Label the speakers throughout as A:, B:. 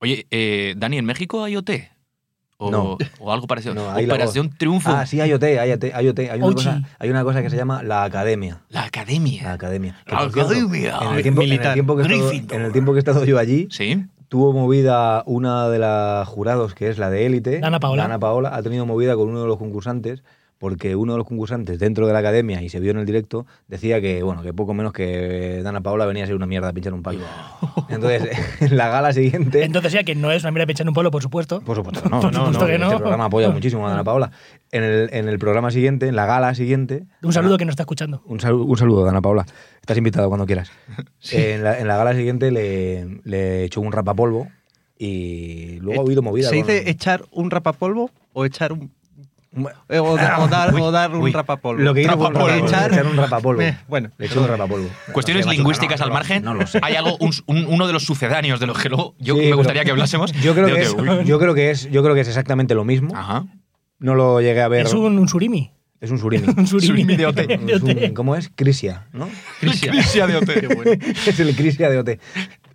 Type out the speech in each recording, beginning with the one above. A: Oye, eh, Dani, ¿en México hay OT? O,
B: No.
A: o algo parecido.
B: No, ahí la
A: Operación Triunfo.
B: Ah, sí, hay IoT, hay IoT, hay, IoT. Hay una
C: Ochi.
B: cosa, hay una cosa que se llama la academia.
A: La
B: La
A: academia. Ah,
B: academia. Que,
A: La
B: por cierto,
A: academia
B: Ah, En el, tiempo, en, el
C: militar.
B: tiempo que he estado-
A: Gryffindor.
B: en el tiempo que he estado yo allí,
A: Sí.
B: tuvo movida una de las jurados, que es la de élite.
C: Dana Paola.
B: Dana Paola ha tenido movida con uno de los concursantes, porque uno de los concursantes dentro de la academia, y se vio en el directo, decía que, bueno, que poco menos que Dana Paola venía a ser una mierda a pinchar un palo. Entonces, en la gala siguiente...
C: Entonces, ya que no es una mierda pinchar en un pueblo, por supuesto.
B: Por supuesto que no.
C: Por
B: no,
C: supuesto
B: no,
C: que no.
B: Este programa apoya muchísimo a Dana Paola. En el, en el programa siguiente, en la gala siguiente.
C: Un saludo
B: Ana-
C: que nos está escuchando.
B: Un saludo, un saludo, Dana Paola. Estás invitado cuando quieras. Eh, En, la, en la gala siguiente le, le echó un rapapolvo y luego ha habido movida.
D: Eh, ¿Se
B: con-
D: dice echar un rapapolvo o echar un.
B: Bueno,
D: eh, O, da- o dar,
A: Uy,
D: o dar un
A: uy.
D: rapapolvo?
B: Lo que hizo fue un
D: Rapapolvo,
B: rapapolvo.
D: Echar.
B: echar un rapapolvo.
D: Eh, bueno,
B: le echó un rapapolvo.
A: Cuestiones
B: No sé, macho,
A: lingüísticas
B: no,
A: al
B: no,
A: margen.
B: No lo sé.
A: Hay algo, un- un- uno de los sucedáneos de los que luego yo
B: Sí,
A: me
B: pero-
A: gustaría que hablásemos.
B: Yo creo
A: de
B: que,
A: OT.
B: es,
A: Uy.
B: yo, creo que es, yo creo que es exactamente lo mismo.
A: Ajá.
B: No lo llegué a ver.
C: Es un, un surimi.
B: es un surimi.
C: Un surimi,
A: Surimi de OT.
B: Es un-
C: OT.
B: ¿Cómo es? Crisia, ¿no?
A: Crisia. Crisia de OT.
B: es el Crisia de OT.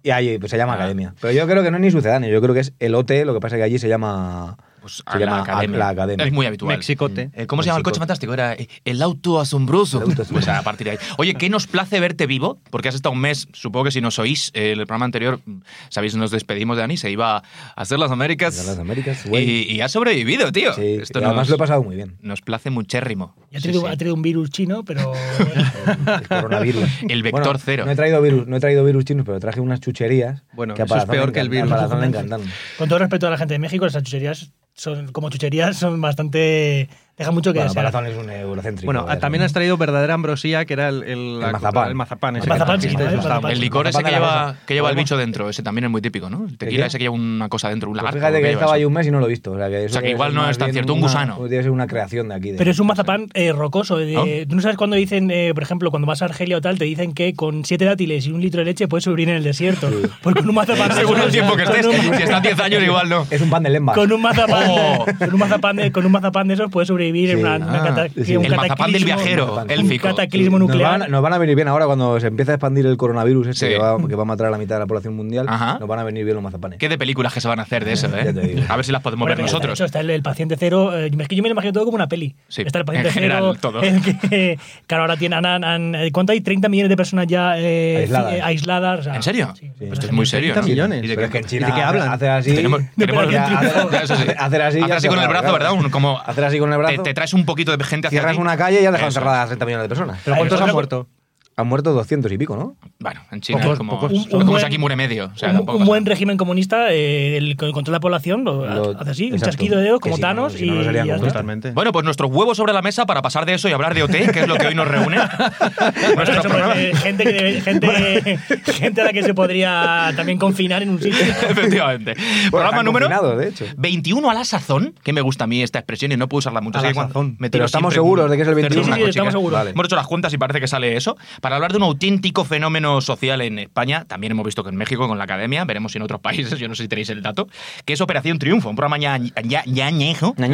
B: Y ahí pues, se
A: Ah.
B: llama academia. Pero yo creo que no es ni sucedáneo, yo creo que es el OT, lo que pasa es que allí se llama.
A: Pues,
B: se
A: a
B: llama
A: la, academia.
B: la academia.
A: Es muy habitual.
D: Mexicote.
A: Eh, ¿Cómo se llama el coche
B: Mexicote.
A: fantástico? Era eh, el auto asombroso.
B: El auto asombroso.
A: Pues a partir de ahí. Oye, ¿qué nos place verte vivo? Porque has estado un mes, supongo que si nos oís, eh, el programa anterior, mm, sabéis, nos despedimos de Dani, se iba a hacer las Américas.
B: Las Américas, güey.
A: y, y ha sobrevivido, tío.
B: Sí,
A: Esto
B: y además
A: nos,
B: lo he pasado muy bien.
A: nos place muchérrimo.
C: Y ha
A: Sí,
C: traído,
A: sí.
C: ha traído un virus chino, pero.
B: El coronavirus.
A: El vector
B: Bueno,
A: cero.
B: No he traído virus, no he traído virus chinos, pero traje unas chucherías.
D: Bueno,
B: que a
D: eso es
B: Palazón
D: peor
B: le
D: que el
B: encantan-
D: virus.
B: A Palazón le encantaron.
C: Con todo respeto a la gente de México, las chucherías son, como chucherías, son bastante. Dejan mucho que
B: Bueno,
C: desear.
B: Palazón es un eurocéntrico.
D: Bueno,
B: es
D: también
B: un-
D: has traído verdadera ambrosía, que era el, el, la-
B: mazapán.
D: El mazapán, ese
C: El mazapán,
D: que
C: sí,
D: tanto
C: ¿no? El
D: gustaba.
C: mazapán.
A: El licor ese
B: Mazapán
A: que
B: de la
A: lleva,
B: mesa.
A: que lleva el
B: Podemos-
A: bicho dentro, ese también es muy típico, ¿no? El tequila
B: qué?
A: ese que lleva una cosa dentro, un
B: Pues
A: lagarto.
B: fíjate
A: ¿no?
B: que he
A: lleva
B: estado
A: eso?
B: allí un mes y no lo he visto. O sea que, eso
A: sea, que igual no
B: más
A: es tan
B: bien
A: cierto, un
B: una-
A: gusano.
B: Debe ser una creación de aquí. de-
C: Pero es un mazapán eh, rocoso. de-
A: ¿No?
C: Tú no sabes cuando dicen, eh, por ejemplo, cuando vas a Argelia o tal, te dicen que con siete dátiles y un litro de leche puedes sobrevivir en el desierto. Porque un mazapán.
A: Según el tiempo que estés,
C: Con un,
A: si estás 10 años igual no.
B: Es un pan de lembas.
C: con un mazapán.
A: Oh.
C: Con, un mazapán de, con un mazapán de esos puedes sobrevivir en
B: Sí.
C: una, una
A: Ah,
C: cata-
B: sí.
C: un
A: El mazapán del
C: cataclismo-
A: viajero,
B: un
C: Un
A: élfico.
C: cataclismo
B: Nos
C: nuclear.
B: van, nos van a venir bien ahora cuando se empieza a expandir el coronavirus este
A: Sí.
B: que, va, que va a matar a la mitad de la población mundial.
A: Ajá.
B: Nos van a venir bien los mazapanes.
A: ¿Qué de películas que se van a hacer de eso, eh?
B: Ya te digo.
A: A ver si las podemos
C: Bueno,
A: ver
C: pero está
A: nosotros.
C: hecho, Está, el, el paciente cero. eh, es que yo me lo imagino todo como una peli.
A: Sí,
C: está el
A: en
C: paciente cero.
A: general, todo.
C: el que- claro, ahora tienen. han- han- eh, ¿Cuánto hay? 30 millones de personas ya eh,
B: Aisladas.
C: fi- eh, aisladas, o sea,
A: ¿En serio?
C: sí,
B: Sí,
C: pues
A: Esto es
C: la
A: muy
C: gente-
A: serio.
D: 30
A: ¿no?
D: millones.
A: Y de
B: Pero
A: que-
B: es que en China
D: ¿Y de qué
B: hace-
D: hablan?
B: hace así.
A: Tenemos, tenemos-
C: pero
B: ya,
C: ¿quién triunfó?
A: ya, eso sí.
B: Hacer así, ya
A: con el
B: cerrado,
A: brazo,
B: claro.
A: ¿verdad? Un- como
B: Hacer así con el brazo.
A: Te, te traes un poquito de gente hacia
B: Cierras
A: ti.
B: una calle y has dejado
A: Eso
B: encerradas a 30 millones de personas.
C: Pero ¿cuántos
D: ¿Cuántos
C: han
D: han
C: muerto?
D: muerto?
B: Han muerto 200 y pico, ¿no?
A: Bueno, en China
D: Pocos-
A: es como,
D: pocos.
A: es
C: Un- un
A: como
C: buen-
A: si aquí muere medio. O sea,
C: un,
A: tampoco
C: un buen
A: pasa
C: régimen comunista, eh, el, que controla la población, lo,
B: Lo-
C: hace así, un
B: exacto.
C: chasquido de dedos
B: Que
C: como
B: si no,
C: Thanos
B: si no, no
C: y,
B: serían
C: ya está.
B: comunistas.
D: Totalmente.
A: nada. Bueno, pues nuestros huevos sobre la mesa para pasar de eso y hablar de OT, que es lo que hoy nos reúne. Nuestro
C: Somos,
A: programa.
C: eh, gente, que debe- gente, gente a la que se podría también confinar en un sitio.
A: Efectivamente. Programa
B: están
A: número
B: confinados, de hecho.
A: 21 a la sazón, que me gusta a mí esta expresión y no puedo usarla mucho.
D: A
A: así
D: la
A: que cuando
D: sazón.
A: me tiro
B: Pero estamos
A: siempre
B: seguros
A: un-
B: de que es el
A: cerdo
B: 21.
A: en
C: Sí, sí,
A: una
C: estamos
A: cochica.
C: seguros.
B: Vale.
A: Hemos hecho las cuentas y parece que sale eso. Para hablar de un auténtico fenómeno social en España, también hemos visto que en México con la academia, veremos si en otros países, yo no sé si tenéis el dato, que es Operación Triunfo, un programa ya, ya, ya añejo, ya,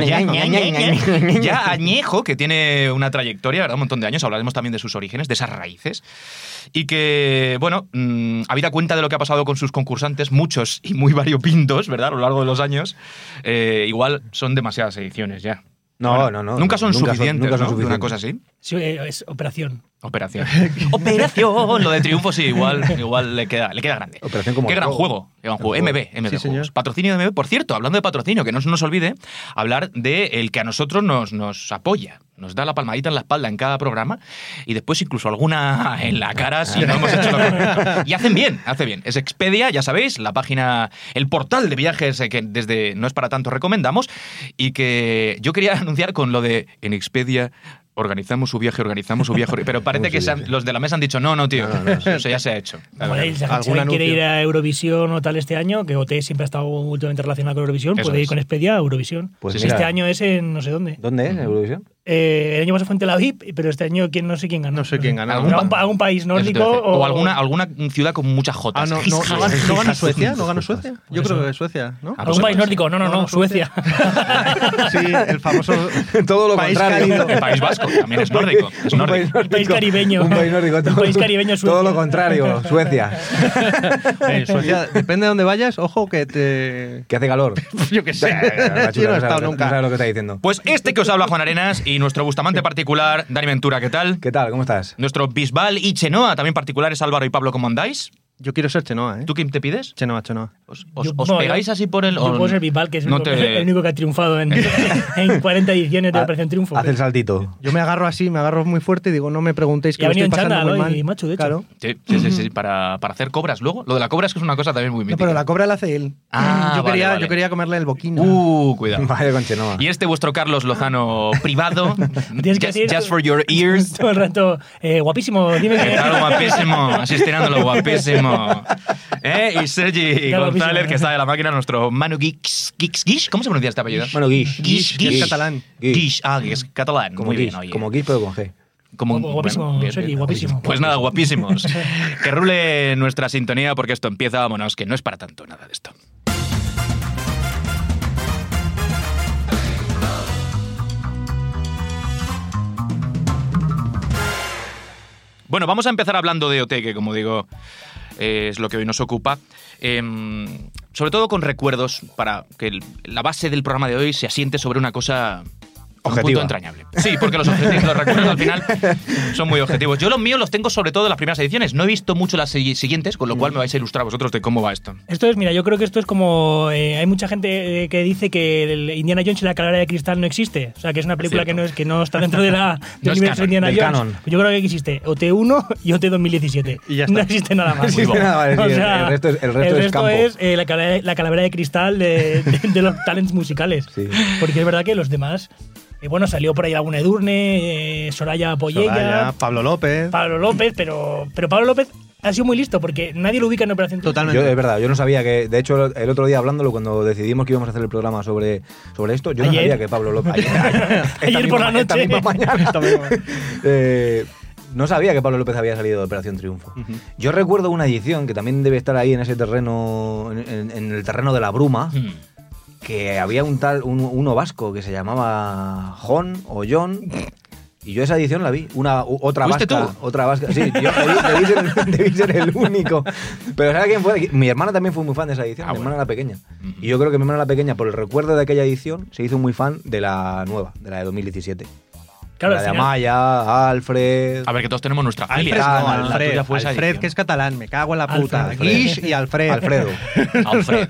A: ya- ya añejo, que tiene una trayectoria, ¿verdad? Un montón de años, hablaremos también de sus orígenes, de esas raíces, y que, bueno, mm, habida cuenta de lo que ha pasado con sus concursantes, muchos y muy variopintos, ¿verdad? A lo largo de los años, eh, igual son demasiadas ediciones ya.
B: No,
A: Bueno,
B: no, no.
A: Nunca son
B: Nunca son-
A: suficientes,
B: nunca son
A: ¿no? De Una
B: suficientes.
A: cosa así.
C: Sí, eh, es operación.
A: Operación. Operación. Lo de triunfo sí, igual, igual le queda, le queda grande.
B: Operación como
A: Qué
B: el
A: gran
B: juego.
A: juego. Qué gran
B: El
A: juego.
B: juego.
A: MB, MB
D: Sí,
A: Juegos.
D: señor.
A: Patrocinio de MB. Por cierto, hablando de patrocinio, que no se nos olvide hablar de el que a nosotros nos, nos apoya. Nos da la palmadita en la espalda en cada programa y después incluso alguna en la cara si no hemos hecho lo correcto. Y hacen bien, hace bien. Es Expedia, ya sabéis, la página, el portal de viajes eh, que desde No es para tanto recomendamos y que yo quería anunciar con lo de en Expedia organizamos su viaje, organizamos su viaje, pero parece
B: Organizamos
A: que
B: su
A: se han-
B: viaje.
A: los de la mesa han dicho no, no, tío, eso ya se ha hecho.
C: Bueno, y si
D: algún
C: alguien quiere
D: anuncio.
C: ir a Eurovisión o tal este año, que OT siempre ha estado últimamente relacionado con Eurovisión,
A: Eso
C: puede ir
A: es.
C: con Expedia a Eurovisión.
B: Pues
C: Si
B: mira.
C: este año es en no sé dónde.
B: ¿Dónde es Eurovisión?
C: Eh, el año pasado fue en Tel Aviv, pero este año quién, no sé quién ganó.
D: No sé quién ganó.
C: Algún,
A: Algún
C: pa- algún país
A: Eso te
C: nórdico
A: iba a decir.
C: o,
A: o alguna, alguna ciudad con muchas
D: Ah,
A: jotas.
D: no, no, no, gana- no gana Suecia, no gana Suecia. Yo
C: Por
D: creo
C: eso.
D: que Suecia, ¿no?
A: Ah, pues,
C: algún país
A: pues,
C: nórdico. No, no, no,
D: no,
C: Suecia.
D: Sí, el famoso
B: Todo lo
D: país
B: contrario.
D: cálido.
A: El País Vasco también es nórdico. Es
B: Un
A: nórdico.
C: Un país caribeño.
B: Un país nórdico.
C: Un
B: todo-
C: país caribeño,
B: Todo
C: Suecia.
B: lo contrario, Suecia.
D: Eh, Suecia, depende de dónde vayas, ojo que te...
B: Que hace calor.
D: Yo qué sé,
B: La
D: yo
B: chula,
D: no
B: no
D: he
B: sabes- no
D: estado
B: sabes
D: nunca.
B: lo que está diciendo.
A: Pues este que os habla Juan Arenas y nuestro bustamante particular, Dani Ventura, ¿qué tal?
B: ¿Qué tal? ¿Cómo estás?
A: Nuestro Bisbal y Chenoa, también particulares Álvaro y Pablo, ¿cómo andáis?
D: Yo quiero ser Chenoa, ¿eh?
A: ¿Tú qué te pides?
D: Chenoa, Chenoa.
A: ¿Os, os-
C: Yo-
A: os
C: no,
A: pegáis
C: yo-
A: así por el.?
C: Yo
A: o-
C: puedo ser Bisbal, que es el
A: no
C: único-
A: te-
C: el único que ha triunfado en, en 40 ediciones de Operación Triunfo.
B: Hace el saltito.
D: Yo me agarro así, me agarro muy fuerte y digo, no me preguntéis
C: Y
D: que
C: ha
D: lo
C: venido
D: estoy
C: en
D: pasando
C: chándal
D: muy
C: hoy,
D: mal.
C: macho, de hecho.
D: Claro.
A: Sí, sí, sí, sí, para, para hacer cobras luego. Lo de la cobra es que es una cosa también muy
D: No,
A: mítica.
D: pero la cobra la hace él.
A: Ah,
D: yo,
A: vale,
D: quería,
A: vale.
D: yo quería comerle el boquino.
A: Uh, cuidado.
B: Vaya con Chenoa.
A: Y este vuestro Carlos Lozano privado,
C: Tienes que
A: just,
C: decir-
A: just for your ears.
C: Todo el rato, eh, guapísimo, dime
A: ¿Qué
C: que-
A: tal? Guapísimo, asistirando guapísimo. ¿Eh? Y Sergi
C: Está guapísimo,
A: González,
C: ¿eh?
A: que está de la máquina, nuestro Manu Geeks. Geeks Gish, ¿cómo se pronuncia este apellido?
B: Bueno, Guish.
A: Guish,
D: que es
A: Guish.
D: catalán.
B: Guish.
A: Guish, ah, que es catalán.
B: Como
A: Muy
B: Guish.
A: bien, oye.
B: Como Guish, pero con G.
A: Como-
C: Guapo, guapísimo, Sergi, guapísimo.
A: Pues nada, guapísimos. que rule nuestra sintonía porque esto empieza, vámonos, que no es para tanto nada de esto. Bueno, vamos a empezar hablando de OT, que como digo, eh, es lo que hoy nos ocupa. Em, sobre todo con recuerdos para que el- la base del programa de hoy se asiente sobre una cosa. un punto
B: Objetiva.
A: entrañable. Sí, porque los objetivos, los recuerdos al final son muy objetivos. Yo los míos los tengo sobre todo en las primeras ediciones. No he visto mucho las si- siguientes, con lo cual me vais a ilustrar vosotros de cómo va esto.
C: Esto es, mira, yo creo que esto es como. eh, hay mucha gente eh, que dice que el Indiana Jones y la calavera de cristal no existe. O sea, que es una película
A: Cierto.
C: que no, es, que no está dentro de la, del
A: No es
C: universo
A: canon,
C: Indiana
B: del
C: Jones.
B: canon.
C: Yo creo que existe OT1 y OT 2017.
D: Y ya
C: No
D: está.
C: existe nada más.
B: existe nada más, sí, el- el resto es- el resto es campo.
C: eh, la, calavera, la calavera de cristal de, de- de los talents musicales.
B: Sí.
C: Porque es verdad que los demás. eh, bueno, salió por ahí alguna Edurne, eh, Soraya Poyella.
D: Soraya, Pablo López.
C: Pablo López, pero, pero Pablo López ha sido muy listo porque nadie lo ubica en Operación Triunfo.
D: Totalmente.
B: Yo, es verdad, yo no sabía que. De hecho, el otro día hablándolo, cuando decidimos que íbamos a hacer el programa sobre, sobre esto, yo
C: Ayer.
B: no sabía que Pablo López. Ayer, ayer- esta
C: Ayer por la
B: misma- esta
C: noche.
B: misma mañana. Eh, no sabía que Pablo López había salido de Operación Triunfo. Yo recuerdo una edición que también debe estar ahí en ese terreno, en, en- en el terreno de la bruma,
A: Hmm.
B: que había un tal, un- uno vasco que se llamaba Jon o John. Y yo esa edición la vi, una u- otra
A: ¿Fuiste
B: vasca,
A: tú?
B: otra vasca, sí, yo debí, debí ser, debí ser el único. Pero ¿sabes quién fue? Mi hermana también fue muy fan de esa edición,
A: Ah,
B: mi
A: bueno.
B: hermana la pequeña. Y yo creo que mi hermana la pequeña, por el recuerdo de aquella edición, se hizo muy fan de la nueva, de la de 2017.
C: Claro,
B: la
C: al
B: de
C: final-
B: Amaya, Alfred,
A: A ver, que todos tenemos nuestra
D: Alfred,
A: filia.
D: no,
B: Ah, no, la
D: Alfred,
A: tuya fue esa
D: Alfred,
A: edición.
D: que es catalán, me cago en la puta.
C: Alfred.
D: Guish y Alfred.
B: Alfredo.
A: Alfred.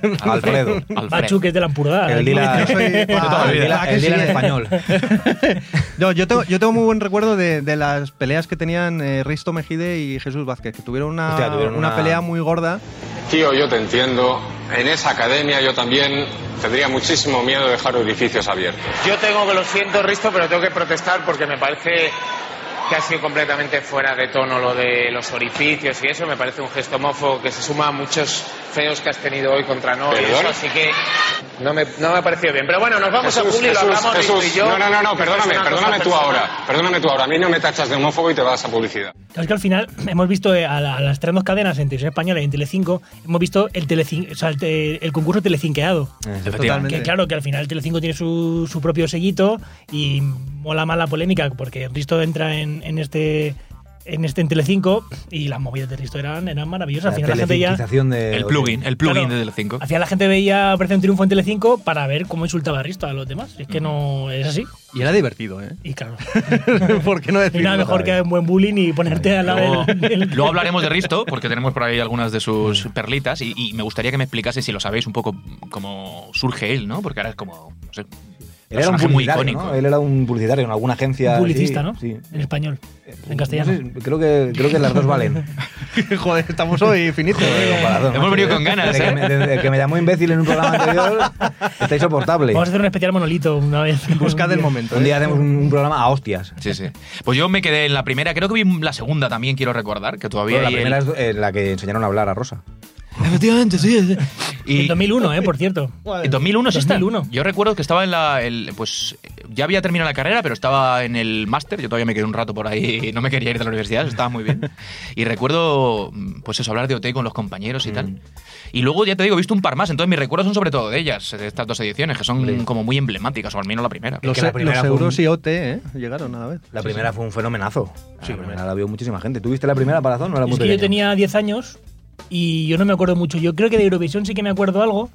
B: Alfredo.
A: Alfred.
C: Machu, que es de la Empurdá.
B: El Dila,
D: Yo soy-
B: el
D: Ah,
A: el
B: Dila-
D: Dila que
B: el Dila en
D: sí, eh.
B: español.
D: No, yo tengo, yo tengo muy buen recuerdo de, de las peleas que tenían eh, Risto Mejide y Jesús Vázquez, que tuvieron una,
B: Hostia, tuvieron
D: una
B: una-
D: pelea muy gorda.
E: Tío, yo te entiendo. En esa academia yo también tendría muchísimo miedo de dejar edificios abiertos.
F: Yo tengo que lo siento, Risto, pero tengo que protestar porque me parece que ha sido completamente fuera de tono lo de los orificios y eso. Me parece un gesto mofo que se suma a muchos feos que has tenido hoy contra no y
E: ¿Perdón?
F: eso, así que no me, no me ha parecido bien. Pero bueno, nos vamos a Juli, lo hablamos Risto y yo.
E: no, no, no, no,
F: porque es
E: perdóname,
F: una cosa
E: perdóname tú
F: personal.
E: ahora. Perdóname tú ahora. A mí no me tachas de homófobo y te vas a publicidad.
C: Claro, es que al final hemos visto eh, a, la- a las tres dos cadenas, en Televisión Española y en Telecinco, hemos visto el, Telecin- o sea, el, te- el concurso telecinqueado.
A: Efectivamente.
C: Que claro, que al final Telecinco tiene su, su propio sellito y mola más la polémica porque Risto entra en, en este... En este en Telecinco y las movidas de Risto eran, eran maravillosas. Al final la gente ya.
B: telecinquización de-
A: El plugin, el plugin
C: Claro.
A: de Telecinco.
C: Al final la gente veía Operación Triunfo en Telecinco para ver cómo insultaba a Risto a los demás. Es que no es así.
D: Y era divertido, ¿eh?
C: Y claro,
D: ¿Por qué no
C: no hay nada
D: decirlo?
C: mejor que un buen bullying y ponerte al lado
A: Luego,
C: del, del-
A: luego hablaremos de Risto, porque tenemos por ahí algunas de sus perlitas, y, y me gustaría que me explicase, si lo sabéis, un poco cómo surge él, ¿no? Porque ahora es como, no sé,
B: Él era un
A: personaje muy
B: publicitario,
A: icónico.
B: ¿no? Él era un publicitario en alguna agencia.
C: Un publicista,
B: sí,
C: ¿no?
B: Sí. Eh,
C: En español, en castellano.
B: No sé, creo, que, creo que las dos valen.
D: Joder, estamos hoy finitos.
B: Comparado,
A: Hemos
B: macho.
A: venido con ganas,
B: Desde que
A: ¿eh?
B: me- desde que me llamó imbécil en un programa anterior, está insoportable.
C: Vamos a hacer un especial monolito una vez.
D: Buscad el
C: Un día.
D: momento.
B: Un
D: ¿eh?
B: día hacemos un, un programa a hostias.
A: Sí, sí. Pues yo me quedé en la primera, creo que vi la segunda también, quiero recordar, que todavía
B: Bueno, la
A: hay el-
B: primera es eh, la que enseñaron a hablar a Rosa.
A: Efectivamente, sí.
C: En 2001, ¿eh? Por cierto.
A: En 2001 sí está.
C: 2001.
A: Yo recuerdo que estaba en la. el- pues ya había terminado la carrera, pero estaba en el máster. Yo todavía me quedé un rato por ahí. No me quería ir de la universidad, eso estaba muy bien. Y recuerdo, mm, pues eso, hablar de OT con los compañeros y
C: Mm.
A: tal. Y luego, ya te digo, he visto un par más. Entonces, mis recuerdos son sobre todo de ellas, de estas dos ediciones, que son como muy emblemáticas, o al menos la primera.
D: Los,
B: que la
D: e-
B: primera
D: los
B: fue un-
D: euros y OT ¿eh? llegaron a la vez.
B: La primera fue un fenomenazo. la primera la vio muchísima gente. ¿Tuviste la primera palazón? No era
C: Es
B: muy
C: que yo
B: pequeño.
C: tenía 10 años y yo no me acuerdo mucho. Yo creo que de Eurovisión sí que me acuerdo algo,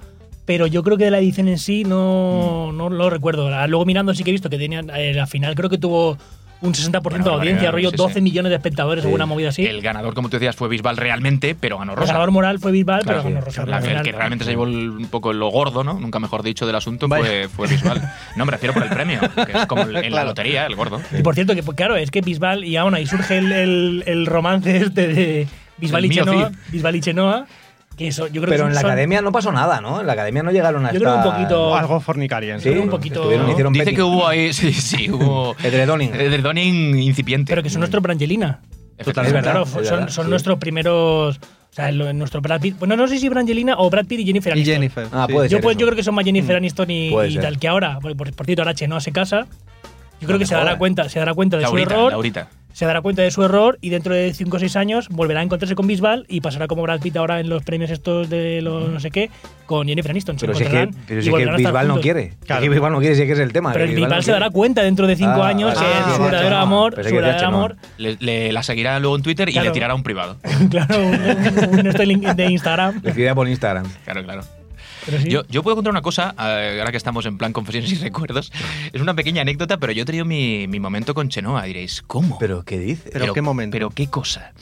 C: pero yo creo que de la edición en sí no,
A: Mm.
C: no lo recuerdo. Ah, Luego mirando sí que he visto que tenía, eh, la final creo que tuvo un 60% de
A: Bueno,
C: audiencia,
A: barbaridad,
C: rollo
A: sí,
C: 12
A: sí.
C: millones de espectadores o una movida así.
A: El ganador, como tú decías, fue Bisbal realmente, pero ganó
C: El
A: Rosa.
C: ganador moral fue Bisbal,
A: Claro,
C: pero ganó
A: sí.
C: Rosa.
A: La-
C: al
A: el
C: final.
A: que realmente se llevó el- un poco lo gordo, ¿no? Nunca mejor dicho del asunto fue, fue Bisbal. No, me refiero por el premio, que es como el- en la lotería, el gordo.
C: Y por cierto, que pues, claro, es que Bisbal y aún ahí surge el, el- el romance este de Bisbal y
A: El mío,
C: Chenoa.
A: Cid.
C: Bisbal y Chenoa, que eso, yo creo que
B: Pero
C: son-
B: en la
C: son-
B: academia no pasó nada, ¿no? En la academia no llegaron a
C: Yo creo que un
B: estar-
C: poquito-
D: O algo fornicaria.
B: Sí,
C: un poquito-
B: estuvieron,
C: ¿no?
B: hicieron
A: Dice
B: betting.
A: que hubo ahí, sí, sí, hubo.
B: Edredoning.
A: Edredoning incipiente.
C: Pero que son nuestros Brangelina.
A: Totalmente.
C: Es verdad,
B: Claro,
C: son,
B: es verdad,
C: son
B: sí.
C: nuestros primeros. O sea, lo- nuestro Brad Pitt. Bueno, no sé si Brangelina o Brad Pitt y Jennifer
D: Y
C: Aniston.
D: Jennifer.
B: Ah,
D: sí.
B: puede
C: Yo,
B: ser
C: pues,
B: eso. Mm,
C: yo creo que son más Jennifer Aniston y,
B: Puede
C: y
B: ser.
C: tal que ahora. Por, por- por cierto, ahora Chenoa se casa. Yo creo
B: No
C: que
B: me
C: se dará
B: jodas.
C: cuenta, se dará cuenta de su
A: Laurita,
C: error.
A: Laurita.
C: Se dará cuenta de su error y dentro de 5 o 6 años volverá a encontrarse con Bisbal y pasará como Brad Pitt ahora en los premios estos de los no sé qué con Jennifer Aniston. Se
B: Mm. Pero si es que,
C: encontrarán
B: pero
C: y
B: si es que
C: volverán a estar
B: Bisbal no
C: juntos.
B: quiere.
D: Claro.
B: Es que Bisbal no quiere, si es que es el tema.
C: Pero el
B: que
C: Bisbal
B: no
C: se dará
B: quiere.
C: cuenta dentro de 5
B: Ah,
C: años
B: vale,
C: que
B: vale,
C: su
B: vale,
C: verdadero
B: Chenoa.
C: amor,
B: Pensé
C: su
B: que decía
C: verdadero
B: Chenoa.
C: amor
A: Le, le- la seguirá luego en Twitter y
C: Claro.
A: le tirará un privado.
C: Claro, un, un story de Instagram.
B: Le escribía por Instagram.
A: Claro, claro.
C: Pero sí.
A: Yo, yo puedo contar una cosa, eh, ahora que estamos en plan confesiones y recuerdos. Es una pequeña anécdota, pero yo he tenido mi, mi momento con Chenoa. Diréis, ¿cómo?
B: Pero, ¿qué dice?
D: Pero qué momento.
A: Pero qué cosa.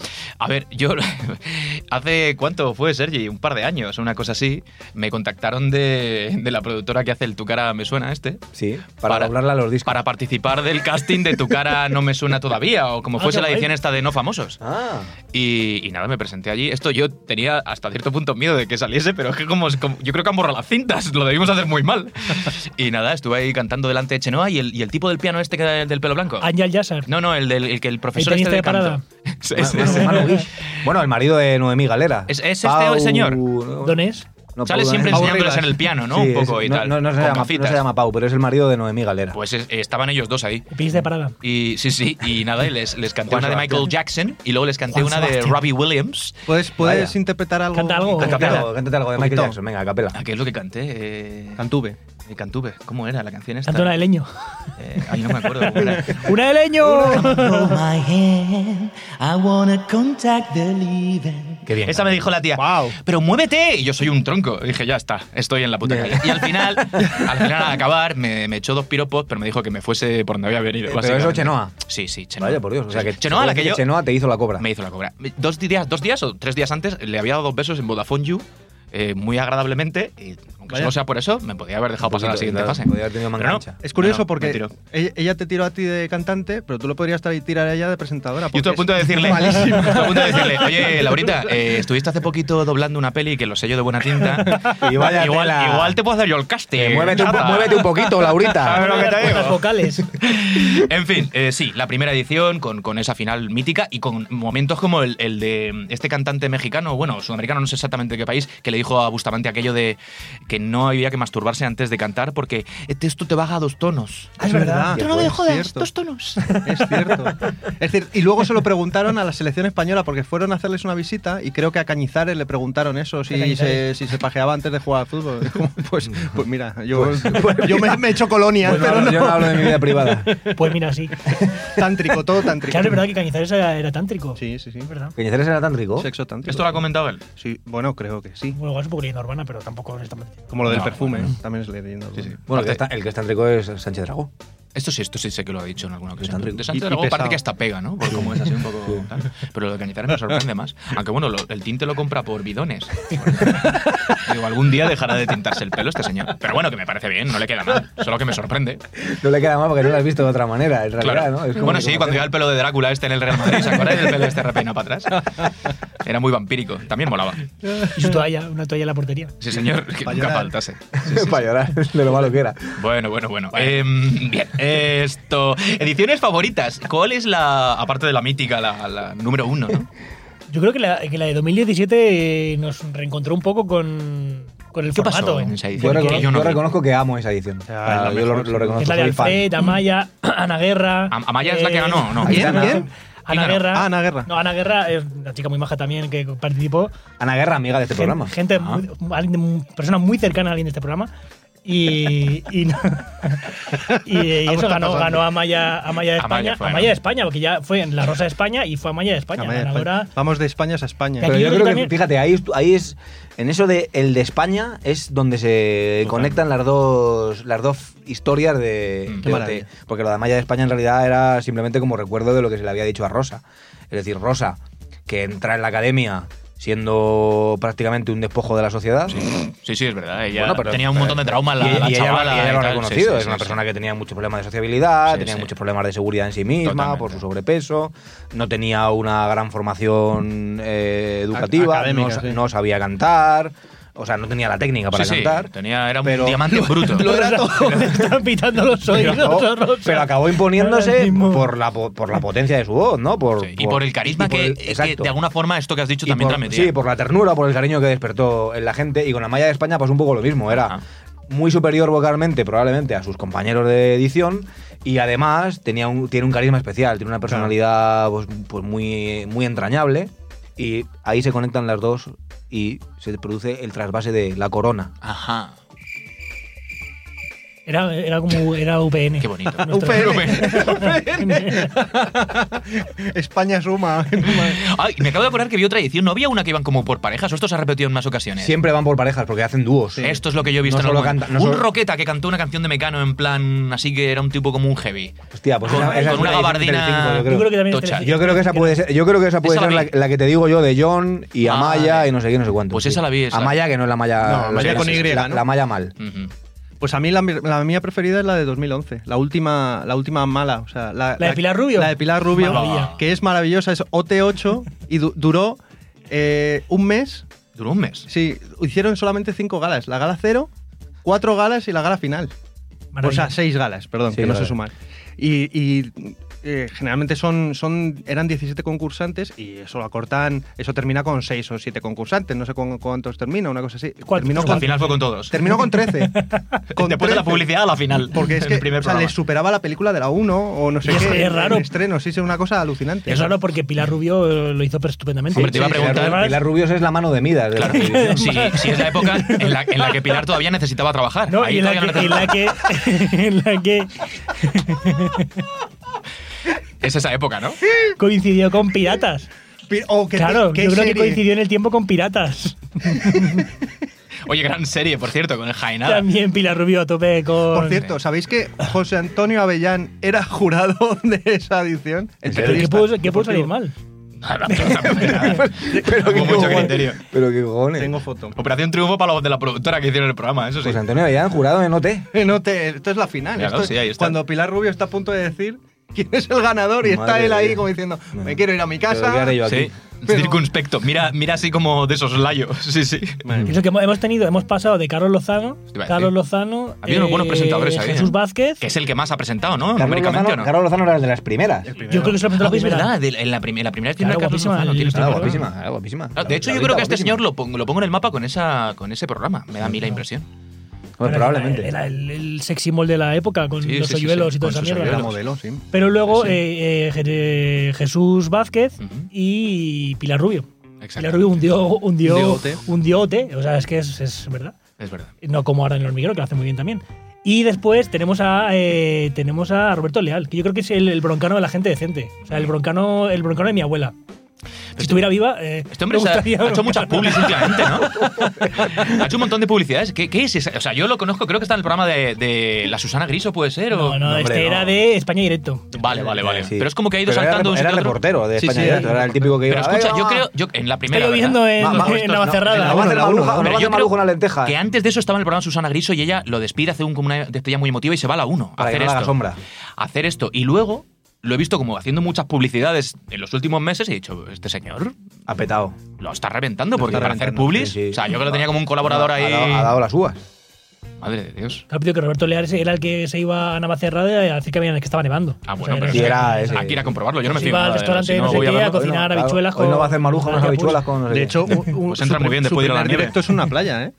A: A ver, yo hace cuánto fue, Sergi, un par de años, una cosa así, me contactaron de, de la productora que hace el Tu cara me suena este.
B: Sí, para, doblarla a los discos.
A: Para participar del casting de Tu cara no me suena todavía, o como
C: Ah,
A: fuese
C: qué
A: la
C: guay.
A: edición esta de No Famosos.
B: Ah,
A: Y, y nada, me presenté allí. Esto yo tenía hasta cierto punto miedo de que saliese, pero es que como, como- yo creo que han borrado las cintas, lo debimos hacer muy mal. Y nada, estuve ahí cantando delante de Chenoa y el, y el tipo del piano este que da- del pelo blanco.
C: Ángel Yassar.
A: No, no, el del el que el profesor
C: tenista
A: este de,
C: de parada.
A: canto. Sí,
B: Manu-
A: sí,
B: Manu-
A: sí.
B: Manu Guix. Bueno, el marido de Noemí Galera.
A: ¿Es- es este señor?
B: no,
C: ¿Dónde es?
B: no,
A: Sale
B: Pau
A: siempre
B: Donés.
A: enseñándoles
D: Rivas.
A: en el piano, ¿no?
B: Sí,
A: Un poco
B: es-
A: y
B: no-
A: tal.
B: No, no se
A: con
B: llama, no
A: gafitas.
B: se llama Pau, pero es el marido de Noemí Galera.
A: Pues es- estaban ellos dos ahí.
C: Pis de parada.
A: Y sí, sí, y nada, y les, les canté
B: Juan
A: una de
B: Sebastián.
A: Michael Jackson y luego les canté
C: Pues Juan
A: una de
C: Sebastián.
A: Robbie Williams.
D: ¿Puedes, puedes
B: Vaya.
D: interpretar algo?
C: Canta algo.
B: Cántate
A: Capela.
B: algo, cántate algo de Michael
D: Poquito.
B: Jackson, venga, capela.
A: Ah, ¿Qué es lo que canté? Eh,
D: Cantuve.
A: eh, Cantuve. ¿Cómo era la canción esta?
C: Cantona de leño.
A: Eh, ay, no me acuerdo. cómo era.
C: ¡Una de leño!
B: Qué bien.
A: Esa me dijo la tía,
D: Guau.
A: pero muévete. Y yo soy un tronco. Y dije, ya está, estoy en la puta calle. Y al final, al final al acabar, me, me echó dos piropos, pero me dijo que me fuese por donde había venido.
B: Pero
A: básicamente.
B: eso Chenoa.
A: Sí, sí, Chenoa.
B: Vaya, por Dios. O sea, que
A: Chenoa, la que yo...
B: Chenoa te hizo la cobra.
A: Me hizo la cobra. Dos días, dos días o tres días antes le había dado dos besos en Vodafone You. eh, muy agradablemente, y aunque
D: Vaya.
A: solo sea por eso, me podía haber dejado
B: Un
A: pasar a la
B: poquito,
A: siguiente
B: claro,
A: fase.
B: podía haber tenido
A: Pero
B: mangancha.
D: Es curioso
A: no, no,
D: porque
A: me tiró.
D: ella, ella te tiró a ti de cantante, pero tú lo podrías tra- tirar a ella de presentadora.
A: Yo
D: porque
A: estoy a punto de
D: es
A: decirle,
D: malísima.
A: estoy a punto de decirle, oye, Laurita, eh, estuviste hace poquito doblando una peli que lo sello de buena tinta.
B: Y vaya
A: igual,
B: tela.
A: igual te puedo hacer yo el casting.
B: Eh, muévete, un, po-
A: chata".
B: muévete un poquito, Laurita.
A: ¿Sabes lo que te digo?
C: Las vocales.
A: En fin, eh, sí, la primera edición con, con esa final mítica y con momentos como el, el de este cantante mexicano, bueno, sudamericano, no sé exactamente de qué país, que le dijo a Bustamante aquello de que no había que masturbarse antes de cantar porque este esto te baja dos tonos.
C: Ah,
D: Es verdad.
A: Tú no me
D: Es
A: jodas,
D: cierto.
A: dos tonos.
D: Es cierto. Es decir, y luego se lo preguntaron a la selección española porque fueron a hacerles una visita y creo que a Cañizares le preguntaron eso,
C: A
D: si se,
C: Cañizares. Mm.
D: si se pajeaba antes de jugar al fútbol. Es como, Pues, pues mira, yo,
B: Pues-
D: yo me, me he hecho colonia,
B: Pues no
D: pero
B: hablo-
D: no.
B: Yo no hablo de mi vida privada.
C: Pues mira, sí.
D: Tántrico, todo tántrico.
C: Claro, es verdad que Cañizares era, era tántrico.
D: Sí, sí, sí.
C: Es verdad.
B: ¿Cañizares era tan rico?
D: Sexo tántrico.
A: Esto lo ha comentado él.
D: Sí, bueno, creo que sí.
C: Bueno, igual es un poco leyenda urbana, pero tampoco es tan
D: Como lo del
C: Ah,
A: No,
D: perfume, también es leyenda. urbana.
B: Bueno, el que, está, el que está en rico es Sánchez Dragó.
A: Esto sí, esto sí sé que lo ha dicho en alguna ocasión.
B: Tan rico.
A: De Sánchez
D: Y- y
A: Dragón parece
D: pesado.
B: ah.
A: que hasta pega, ¿no? Por cómo es así un poco tal. Pero lo de Cañizares me sorprende más. Aunque bueno, lo- el tinte lo compra por bidones. Digo, algún día dejará de tintarse el pelo este señor. Pero bueno, que me parece bien, no le queda mal. Solo que me sorprende.
B: No le queda mal porque no lo has visto de otra manera, en realidad,
A: Claro.
B: ¿no? Es como
A: bueno,
B: que
A: sí,
B: como
A: cuando
B: que-
A: iba el pelo de Drácula este en el Real Madrid, ¿se acuerdan del pelo este repeinado para atrás? Era muy vampírico, también molaba.
C: Y su toalla, una toalla en la portería.
A: Sí, señor, que nunca
D: llorar.
A: faltase. Sí, sí,
B: Para llorar de lo malo que era.
A: Bueno, bueno, bueno. Em, bien, esto. Ediciones favoritas. ¿Cuál es la, aparte de la mítica, la, la número uno, ¿no?
C: Yo creo que la, que la de 2017 nos reencontró un poco con, con el
A: ¿Qué pasó
C: formato. ¿eh?
A: en esa
B: Yo,
A: edición?
C: Porque
B: recono-
A: yo no
B: yo
A: vi.
B: reconozco que amo esa edición.
D: Ah,
B: yo lo, lo reconozco.
C: Es la de
B: soy fan.
C: Alfred, Amaya, Ana Guerra. Eh,
A: Am- Amaya es la que ganó, ¿o no?
B: Ahí está,
D: ¿Quién?
B: Ana-
D: ¿Quién?
C: Ana
A: ganó?
C: Guerra.
D: Ah, Ana Guerra.
C: No, Ana Guerra es una chica muy maja también que participó.
B: Ana Guerra, amiga de este
C: Gen-
B: programa.
C: Gente,
B: Ah.
C: muy- alguien de- mu- persona muy cercana a alguien de este programa. Y, y, no- y- y
D: Algo
C: eso
D: está
C: ganó,
D: pasando.
C: ganó Amaya, Amaya
A: Amaya
C: de España. Amaya,
A: fue,
C: de
A: ¿no?
C: España, porque ya fue en la Rosa de España y fue Amaya de España.
D: España,
C: ganadora.
D: España. Vamos de España a España.
B: Pero
C: Pero aquí
B: yo
C: yo
B: creo
C: también-
B: que, fíjate, ahí, es- ahí es. En eso de el de España es donde se conectan las dos las dos historias de.
A: Mm.
B: de-
D: Qué maravilla.
B: porque lo de Amaya de España en realidad era simplemente como recuerdo de lo que se le había dicho a Rosa. Es decir, Rosa, que entra en la academia siendo prácticamente un despojo de la sociedad.
A: Sí, sí, es verdad. Ella
B: Bueno, pero- eh,
A: tenía un montón de traumas la,
B: y,
A: la
B: y ella,
A: chavala.
B: y ella
A: y
B: lo ha
A: tal.
B: reconocido.
A: Sí, sí,
B: es
A: sí,
B: una
A: sí.
B: persona que tenía muchos problemas de sociabilidad,
A: Sí,
B: tenía
A: sí.
B: muchos problemas de seguridad en sí misma por
A: Totalmente.
B: su sobrepeso, no tenía una gran formación eh,
D: Ac-
B: educativa,
D: académica,
B: no, sa-
D: sí.
B: no sabía cantar, o sea, no tenía la técnica para
A: Sí, sí,
B: cantar.
A: tenía, era un
B: pero-
A: diamante en bruto.
B: Lo era todo.
C: Me están pitando los
B: Pero
C: oídos.
B: acabó,
C: Rosa.
B: pero acabó
C: Ahora
B: imponiéndose
C: mismo.
B: por la, po- por la potencia de su voz, ¿no? Por,
A: Sí, y por el carisma
B: y por
A: que,
B: el-
A: que
B: exacto.
A: de alguna forma esto que has dicho
B: Y
A: también
B: por-
A: transmitía.
B: Sí, por la ternura, por el cariño que despertó en la gente. Y con la malla de España pasó un poco lo mismo. Era
A: Ajá.
B: muy superior vocalmente, probablemente, a sus compañeros de edición. Y además tenía un, tiene un carisma especial, tiene una personalidad pues, pues muy, muy entrañable. Y ahí se conectan las dos y se produce el trasvase de la corona.
A: Ajá.
C: Era, era como era UPN.
A: Qué bonito.
C: Nuestro-
D: España suma.
A: Ay, me acabo de acordar que vi otra edición. ¿No había una que iban como por parejas? ¿O esto se ha repetido en más ocasiones?
B: Siempre van por parejas porque hacen dúos.
A: Esto es lo que yo he visto
B: No
A: en algún
B: solo
A: momento.
B: canta- no
A: Un
B: solo-
A: roqueta que cantó una canción de Mecano en plan así que era un tipo como un heavy.
B: Hostia, pues
A: con-
B: esa- esa
A: con
B: es
A: una
B: edición del
A: gabardina-
B: cinco,
C: Yo creo que también es
A: Tocha.
C: Telecinco.
B: Yo creo que esa puede ser, yo creo que esa puede
A: Esa la
B: ser la,
A: vi.
B: la que te digo yo de John y
A: Ah,
B: Amaya
A: vale.
B: y no sé qué, no sé cuánto.
A: Pues esa la vi, esa.
B: Amaya que no es la Maya.
D: No,
B: la-
D: Amaya
B: la-
D: con Y,
B: la,
D: ¿no?
B: la Maya mal.
A: Ujú.
D: Pues a mí la, mi- la mía preferida es la de 2011, la última, la última mala. O sea, la,
C: ¿La de Pilar Rubio?
D: La de Pilar Rubio,
C: Maravilla.
D: que es maravillosa, es OT8 y du- duró eh, un mes.
A: Duró un mes.
D: Sí, hicieron solamente cinco galas, la gala cero, cuatro galas y la gala final. O
C: Maravilla.
D: sea, Pues seis galas, perdón,
B: Seis
D: que no
B: galas.
D: se suman. Y, y, eh, generalmente son, son, eran 17 concursantes y eso lo acortan, eso termina con seis o siete concursantes, no sé con cuántos termina, una cosa así.
C: ¿Cuántos?
D: Terminó
A: Al
D: con,
A: final fue con todos.
D: terminó con 13. con
A: Después de la
D: 13.
A: publicidad a la final.
D: Porque es
A: El
D: que
A: primer
D: o sea,
A: programa.
D: les superaba la película de la 1 o no sé
C: Y es que
D: qué.
C: es
D: en
C: raro.
D: estreno, sí, es una cosa alucinante.
C: es raro porque Pilar Rubio eh, lo hizo pero estupendamente.
A: Hombre, te iba a
B: Sí,
A: preguntar-
B: Pilar, Pilar Rubios es la mano de Midas. de la
A: Claro,
B: televisión.
A: sí, sí, es la época en la, en la que Pilar todavía necesitaba trabajar.
C: No,
A: Ahí
C: y en la,
A: todavía no
C: que, y en la
A: necesitaba-
C: que. en la que
A: Es esa época, ¿no?
C: coincidió con piratas.
D: Pi- o que-
C: Claro,
D: qué
C: yo creo que
D: serie.
C: coincidió en el tiempo con piratas.
A: Oye, gran serie, por cierto, con el Jaenada.
C: También Pilar Rubio a tope con.
D: Por cierto, ¿sabéis que José Antonio Avellán era jurado de esa edición? El
C: Pero ¿Qué
D: periodista
C: pudo, qué pudo salir
D: deportivo.
C: mal?
A: Nada, absolutamente nada.
B: Pero qué
A: Con mucho
B: cojones.
A: criterio.
B: Pero qué cojones.
D: Tengo foto.
A: Operación Triunfo para los de la productora que hicieron el programa, eso sí.
B: Pues Antonio Avellán, jurado en OT.
D: No te, esto es la final.
A: Claro,
D: esto es
A: sí, ahí está.
D: Cuando Pilar Rubio está a punto de decir quién es el ganador y está
B: Madre
D: él ahí
B: mía.
D: como diciendo, me
B: Bueno,
D: quiero ir a mi
B: pero ¿qué
D: casa.
B: haré yo
A: Sí,
B: aquí?
D: Pero-
A: circunspecto. Mira, mira así como de esos layos. Sí, sí.
C: Eso que hemos- hemos tenido, hemos pasado de Carlos Lozano,
A: iba a decir.
C: Carlos Lozano,
A: Ha habido unos buenos presentadores ahí,
C: Jesús
A: ¿eh?
C: Vázquez.
A: Que es el que más ha presentado, ¿no?
B: Carlos
A: Numéricamente,
B: Lozano,
A: ¿o no?
B: Carlos Lozano era el de las primeras.
C: Yo creo que solamente
A: Ah,
C: la
A: es
C: primera.
A: verdad, de- en la, prim- en la primera tiene
C: Claro,
A: una Carlos
C: guapísima,
A: Lozano, tienes
B: Claro,
A: razón.
B: Ah, guapísima, era guapísima.
A: Ah, De hecho, yo
B: Laurita,
A: creo que a este
B: guapísima.
A: señor lo pongo, lo pongo en el mapa con, esa, con ese programa. Me da a mí la impresión.
B: Bueno,
D: Pues
C: Era-
B: probablemente.
C: Era el, el sexy mall de la época, con
A: Sí,
C: los
A: sí, sí,
C: hoyuelos
A: sí,
C: y toda
A: con
C: esa
A: sus
C: mierda.
D: Era
A: hoyuelos.
D: modelo, sí.
C: Pero luego
A: Sí.
C: eh, eh, Je- eh, Jesús Vázquez
A: Ujú.
C: y Pilar Rubio.
A: Exacto.
C: Pilar Rubio hundió, hundió,
D: Hundió OT.
C: hundió OT. O sea, es que es, es verdad.
A: Es verdad.
C: No como ahora en el hormiguero, que lo hace muy bien también. Y después tenemos a eh, tenemos a Roberto Leal, que yo creo que es el, el broncano de la gente decente. O sea, el broncano, el broncano de mi abuela. Si estuviera viva, eh,
A: Este hombre
C: me
A: se ha,
C: gustaría
A: ha hecho muchas
C: broncar.
A: publis últimamente, ¿no? ha hecho un montón de publicidades. ¿Qué, qué es esa? O sea, yo lo conozco, creo que está en el programa de, de la Susana Griso, puede ser. O...
C: No, no,
B: No, hombre,
C: este
B: no.
C: era de España Directo.
A: Vale, vale, vale.
B: Sí.
A: Pero es como que ha ido
B: Pero
A: saltando un
B: Era, era
A: sitio a otro.
B: reportero de
D: Sí,
B: España
D: sí,
B: Directo,
D: era
B: era el típico que
A: Pero
B: iba
A: escucha,
B: "Venga,
A: yo
B: va".
A: creo, yo, en la
C: Está
A: primera.
C: lloviendo
A: ¿verdad?
C: en,
B: Va, va,
C: en
B: estos,
C: Navacerrada.
B: no, en Navacerrada. Maruja,
A: Pero
B: hablando
A: yo
B: de Maruja, una lenteja.
A: Que antes de eso estaba en el programa Susana Griso y ella lo despide, hace un, como una despedida muy emotiva y se va a la 1.
B: Para que
A: hacer
B: no la haga
A: esto.
B: sombra.
A: Hacer esto. Y luego lo he visto como haciendo muchas publicidades en los últimos meses y he dicho, este señor
B: Ha petado.
A: lo está reventando porque
B: está
A: para hacer
B: reventando,
A: publis.
B: sí, sí.
A: O sea, yo que lo tenía como un colaborador
B: Ha
A: ahí.
B: dado- Ha dado las uvas.
A: Madre de Dios.
C: Claro, tío, que Roberto Leares era el que se iba a Navacerrada a decir que, había- que estaba nevando.
A: Ah,
C: O sea,
A: bueno,
C: era-
A: pero
B: sí,
A: es que
B: era ese.
A: hay que ir a comprobarlo. Yo no me
C: Se
A: fío.
C: iba
A: nada
C: al
A: de él,
C: restaurante
A: si
C: no sé
A: voy
C: qué,
A: verlo.
C: a cocinar
B: hoy no,
C: habichuelas
B: claro, hoy no
C: con-
B: va a hacer Maruja
C: con
B: unas
C: capuz.
B: habichuelas con... no sé
D: De
B: qué.
D: hecho, un- un-
A: Pues entra
D: su-
A: muy bien
D: su
A: después de ir a la
D: primer
A: nieve.
D: directo es en una playa, ¿eh?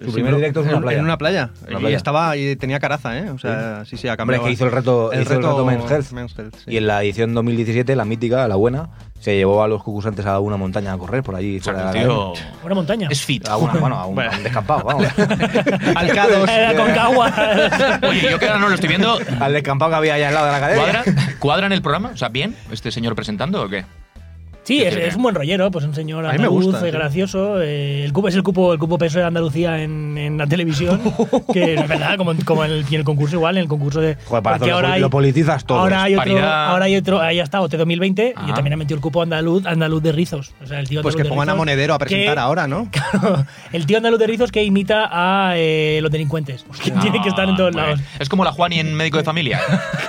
B: Su primer directo es en una playa.
D: En una playa.
B: En una
D: y
B: playa.
D: estaba y tenía caraza, ¿eh? O sea, sí, sí, ha
B: Hombre, es
D: cambiado. ¿eh?
B: que hizo el reto, hizo el reto Men's Health.
D: Men's Health, sí.
B: Y en la edición 2017, la mítica, la buena, se llevó a los concursantes a una montaña a correr por allí.
A: O sea,
B: fuera
A: que
B: de la
A: el tío
B: academia.
C: Una montaña.
A: es fit.
B: A una, Ah, bueno, a un,
D: Bueno.
B: a un descampado, vamos.
D: Al K2.
C: Era con cagua.
A: Oye, yo que ahora no lo estoy viendo.
B: Al descampado que había allá al lado de la academia.
A: ¿Cuadra, ¿Cuadra en el programa? O sea, ¿bien este señor presentando o qué?
C: Sí, es,
A: decir,
C: es un buen rollero, pues un señor
D: A mí me
C: andaluz,
D: gusta,
C: eh,
D: sí.
C: gracioso. eh, el cupo es el cupo, el cupo peso de Andalucía en, en la televisión, que es verdad, como, en- como en, el, y en el concurso igual, en el concurso de.
B: Joder, para
C: porque
B: hacerlo, lo politizas todo.
C: Ahora hay otro,
A: Paridad.
C: ahora hay otro, ahí está, OT 2020 y
A: Ajá.
C: también ha metido el cupo andaluz, andaluz de rizos, o sea, el tío
D: Pues que
C: andaluz de
D: pongan a
C: Rizos,
D: Monedero a presentar
C: que-
D: ahora, ¿no?
C: el tío andaluz de rizos que imita a eh, los delincuentes, que tiene que estar en todos
A: Ah, muy
C: lados.
A: bien. Es como la Juani en Médico de Familia.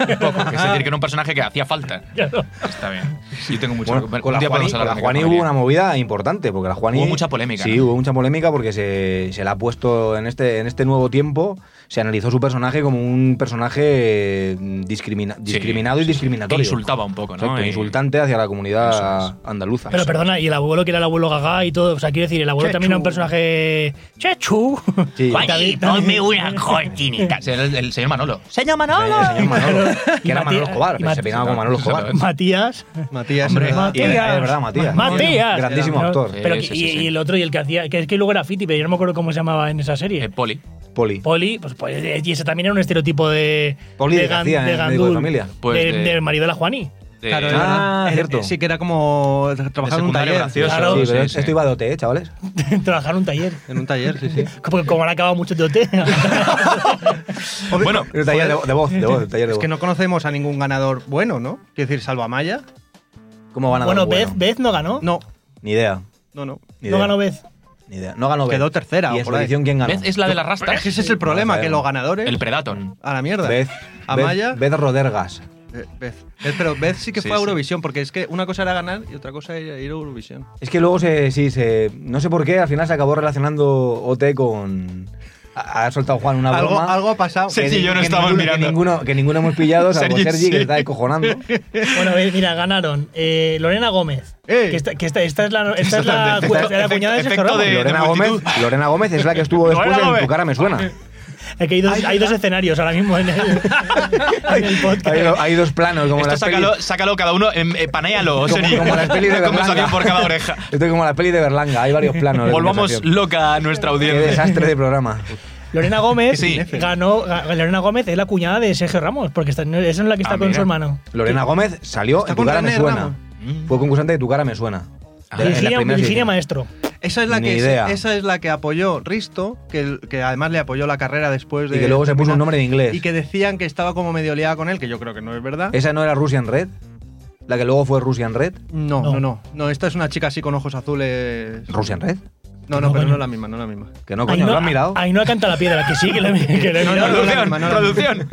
A: Un poco. Es decir, que era un personaje que hacía falta.
C: Claro.
A: Está bien. Yo tengo mucho.
B: Bueno,
A: Pues un día
B: con la Juani,
A: podemos
B: con
A: hablar
B: la
A: de
B: Juani
A: Médico de
B: hubo una
A: Familia.
B: movida importante, porque la Juani...
A: Hubo mucha polémica,
B: Sí,
A: ¿no?
B: hubo mucha polémica porque se, se la ha puesto en este, en este nuevo tiempo, se analizó su personaje como un personaje eh, discrimina-
A: Sí,
B: discriminado
A: sí,
B: y
A: sí.
B: discriminatorio.
A: Que insultaba un poco, ¿no? Eh,
B: Exacto,
A: Y-
B: insultante hacia la
A: Eso
B: comunidad
A: es.
B: andaluza.
C: Pero perdona, y el abuelo que era el abuelo gaga y todo. O sea, quiero decir, el abuelo
D: Chechu.
C: también era un personaje. ¡Chechu!
B: Sí.
C: También-
A: Juani,
C: también-
A: ponme una cortinita. Era el, el señor Manolo.
G: Señor Manolo.
B: El señor Manolo,
C: Claro.
B: que
C: Y
B: era
C: Mati-
B: Manolo Escobar,
C: y
B: que se
C: Mati-
B: peinaba como Manolo Escobar.
C: Matías.
D: Matías,
A: Hombre,
D: es verdad.
B: Y era- es verdad, Matías.
C: Matías.
B: Grandísimo
C: Pero-
B: actor.
C: Pero,
A: Sí,
C: que-
A: sí,
C: y,
A: sí,
C: y
A: sí.
C: el otro y el que hacía. Que es que luego era Fiti, pero yo no me acuerdo cómo se llamaba en esa serie.
A: Eh, Poli.
B: Poli.
C: Poli, pues, pues, eh, y ese también era un estereotipo de.
B: Poli
C: de,
B: de García, en Médico de Familia.
A: Pues
C: de-
A: de-
C: Del marido de la Juani.
A: De-
D: Claro, es
B: Ah,
D: verdad. Era-
B: cierto.
D: Sí, que era como trabajar en
A: secundario
D: un taller.
A: gracioso.
C: Claro.
B: Sí,
A: Sí,
B: pero
A: sí.
B: esto iba de OT, ¿eh, chavales?
C: Trabajar en un taller.
D: En un taller, sí, sí.
C: Como, como han acabado muchos de OT.
A: Bueno, pues
B: Era un taller de, de voz, de voz, taller de
D: Es
B: voz.
D: que no conocemos a ningún ganador bueno, ¿no? Quiero decir, salvo a Maya.
B: ¿Cómo van a
C: bueno,
B: dar
C: Beth, Beth no ganó.
D: No,
B: Ni idea.
D: no, no.
B: Ni
C: No
B: idea.
C: ganó Beth.
B: Ni idea. No ganó Beth.
D: Quedó tercera,
B: ¿Y
D: o
B: en su
D: por ahí.
B: edición quién ganó?
A: ¿Ves? Es la de las
D: Pero
A: rastas.
D: es que ese es el problema,
B: No
D: que los
B: sabemos.
D: ganadores.
A: El Predator.
D: a la mierda.
B: Beth,
D: a
B: Beth-
D: Maya.
B: Beth Rodergas.
D: Eh, Beth. Beth, Pero Beth sí que
A: Sí,
D: fue a
A: sí.
D: Eurovisión, porque es que una cosa era ganar y otra cosa era ir a Eurovisión.
B: Es que luego se, sí, se, no sé por qué, al final se acabó relacionando OT con... Ha, ha soltado Juan una
D: Algo,
B: broma.
D: algo ha pasado.
A: Sí,
B: que
A: sí,
B: ni-
A: yo no
B: que
A: estaba
B: ninguno,
A: mirando.
B: Que ninguno, que ninguno hemos pillado, salvo
A: Sergi,
B: Sergi, que
A: sí.
B: se está descojonando.
C: Bueno, ve- mira, ganaron eh, Lorena Gómez.
D: ¡Eh!
C: Que esta, que esta, esta es la, esta es la, cu-
A: efecto-
C: la cuñada de Sergio
A: efecto
C: Ramos.
A: de-
B: Lorena, Gómez,
A: multitud.
B: Lorena Gómez es la que estuvo
A: Lorena
B: después en
A: Gómez.
B: Tu cara me suena.
C: Aquí hay dos, hay dos escenarios ahora mismo en el, en el podcast.
B: Hay, do- hay dos planos, como
A: Esto
B: las pelis.
A: sácalo, sácalo cada uno, em, eh, panéalo.
B: Como-
A: Sergio.
B: como las pelis de
A: Como
B: Berlanga.
A: salían por cada oreja.
B: Esto es como la peli de Berlanga, hay varios planos. de
A: Volvamos
B: conversación.
A: loca a nuestra
B: Qué
A: audiencia.
B: desastre de programa.
C: Lorena Gómez
A: Sí.
C: ganó. ga- Lorena Gómez es la cuñada de Sergio Ramos, porque esta, esa es la que está
A: Ah,
C: con
A: mira.
C: su hermano.
B: Lorena Gómez salió
D: Está
B: en Tu
D: con
B: cara me
D: René
B: suena.
D: Ramos.
A: Mm.
B: Fue concursante de Tu cara me suena.
A: Ah,
B: De- Ah, en las
C: Virginia,
B: primeras
C: Virginia
B: ediciones.
C: Maestro.
D: Esa es la
B: Ni
D: que
B: idea.
D: esa es la que apoyó Risto, que, el- que además le apoyó la carrera después de
B: Y que luego se puso un nombre en inglés.
D: y que decían que estaba como medio liada con él, que yo creo que no es verdad.
B: ¿Esa no era Russian Red? ¿La que luego fue Russian Red?
D: No,
C: No.
D: no, no, no. Esta es una chica así con ojos azules.
B: ¿Russian Red?
D: No,
C: No,
D: no, pero
C: coño.
D: no es la misma, no es la misma.
B: Que no, Ah, coño, ¿lo has mirado?
C: Ahí no canta la piedra, que sí, que lo he, que lo he
D: No, no,
C: mirado.
D: no,
A: Producción,
D: Manolo.
A: producción.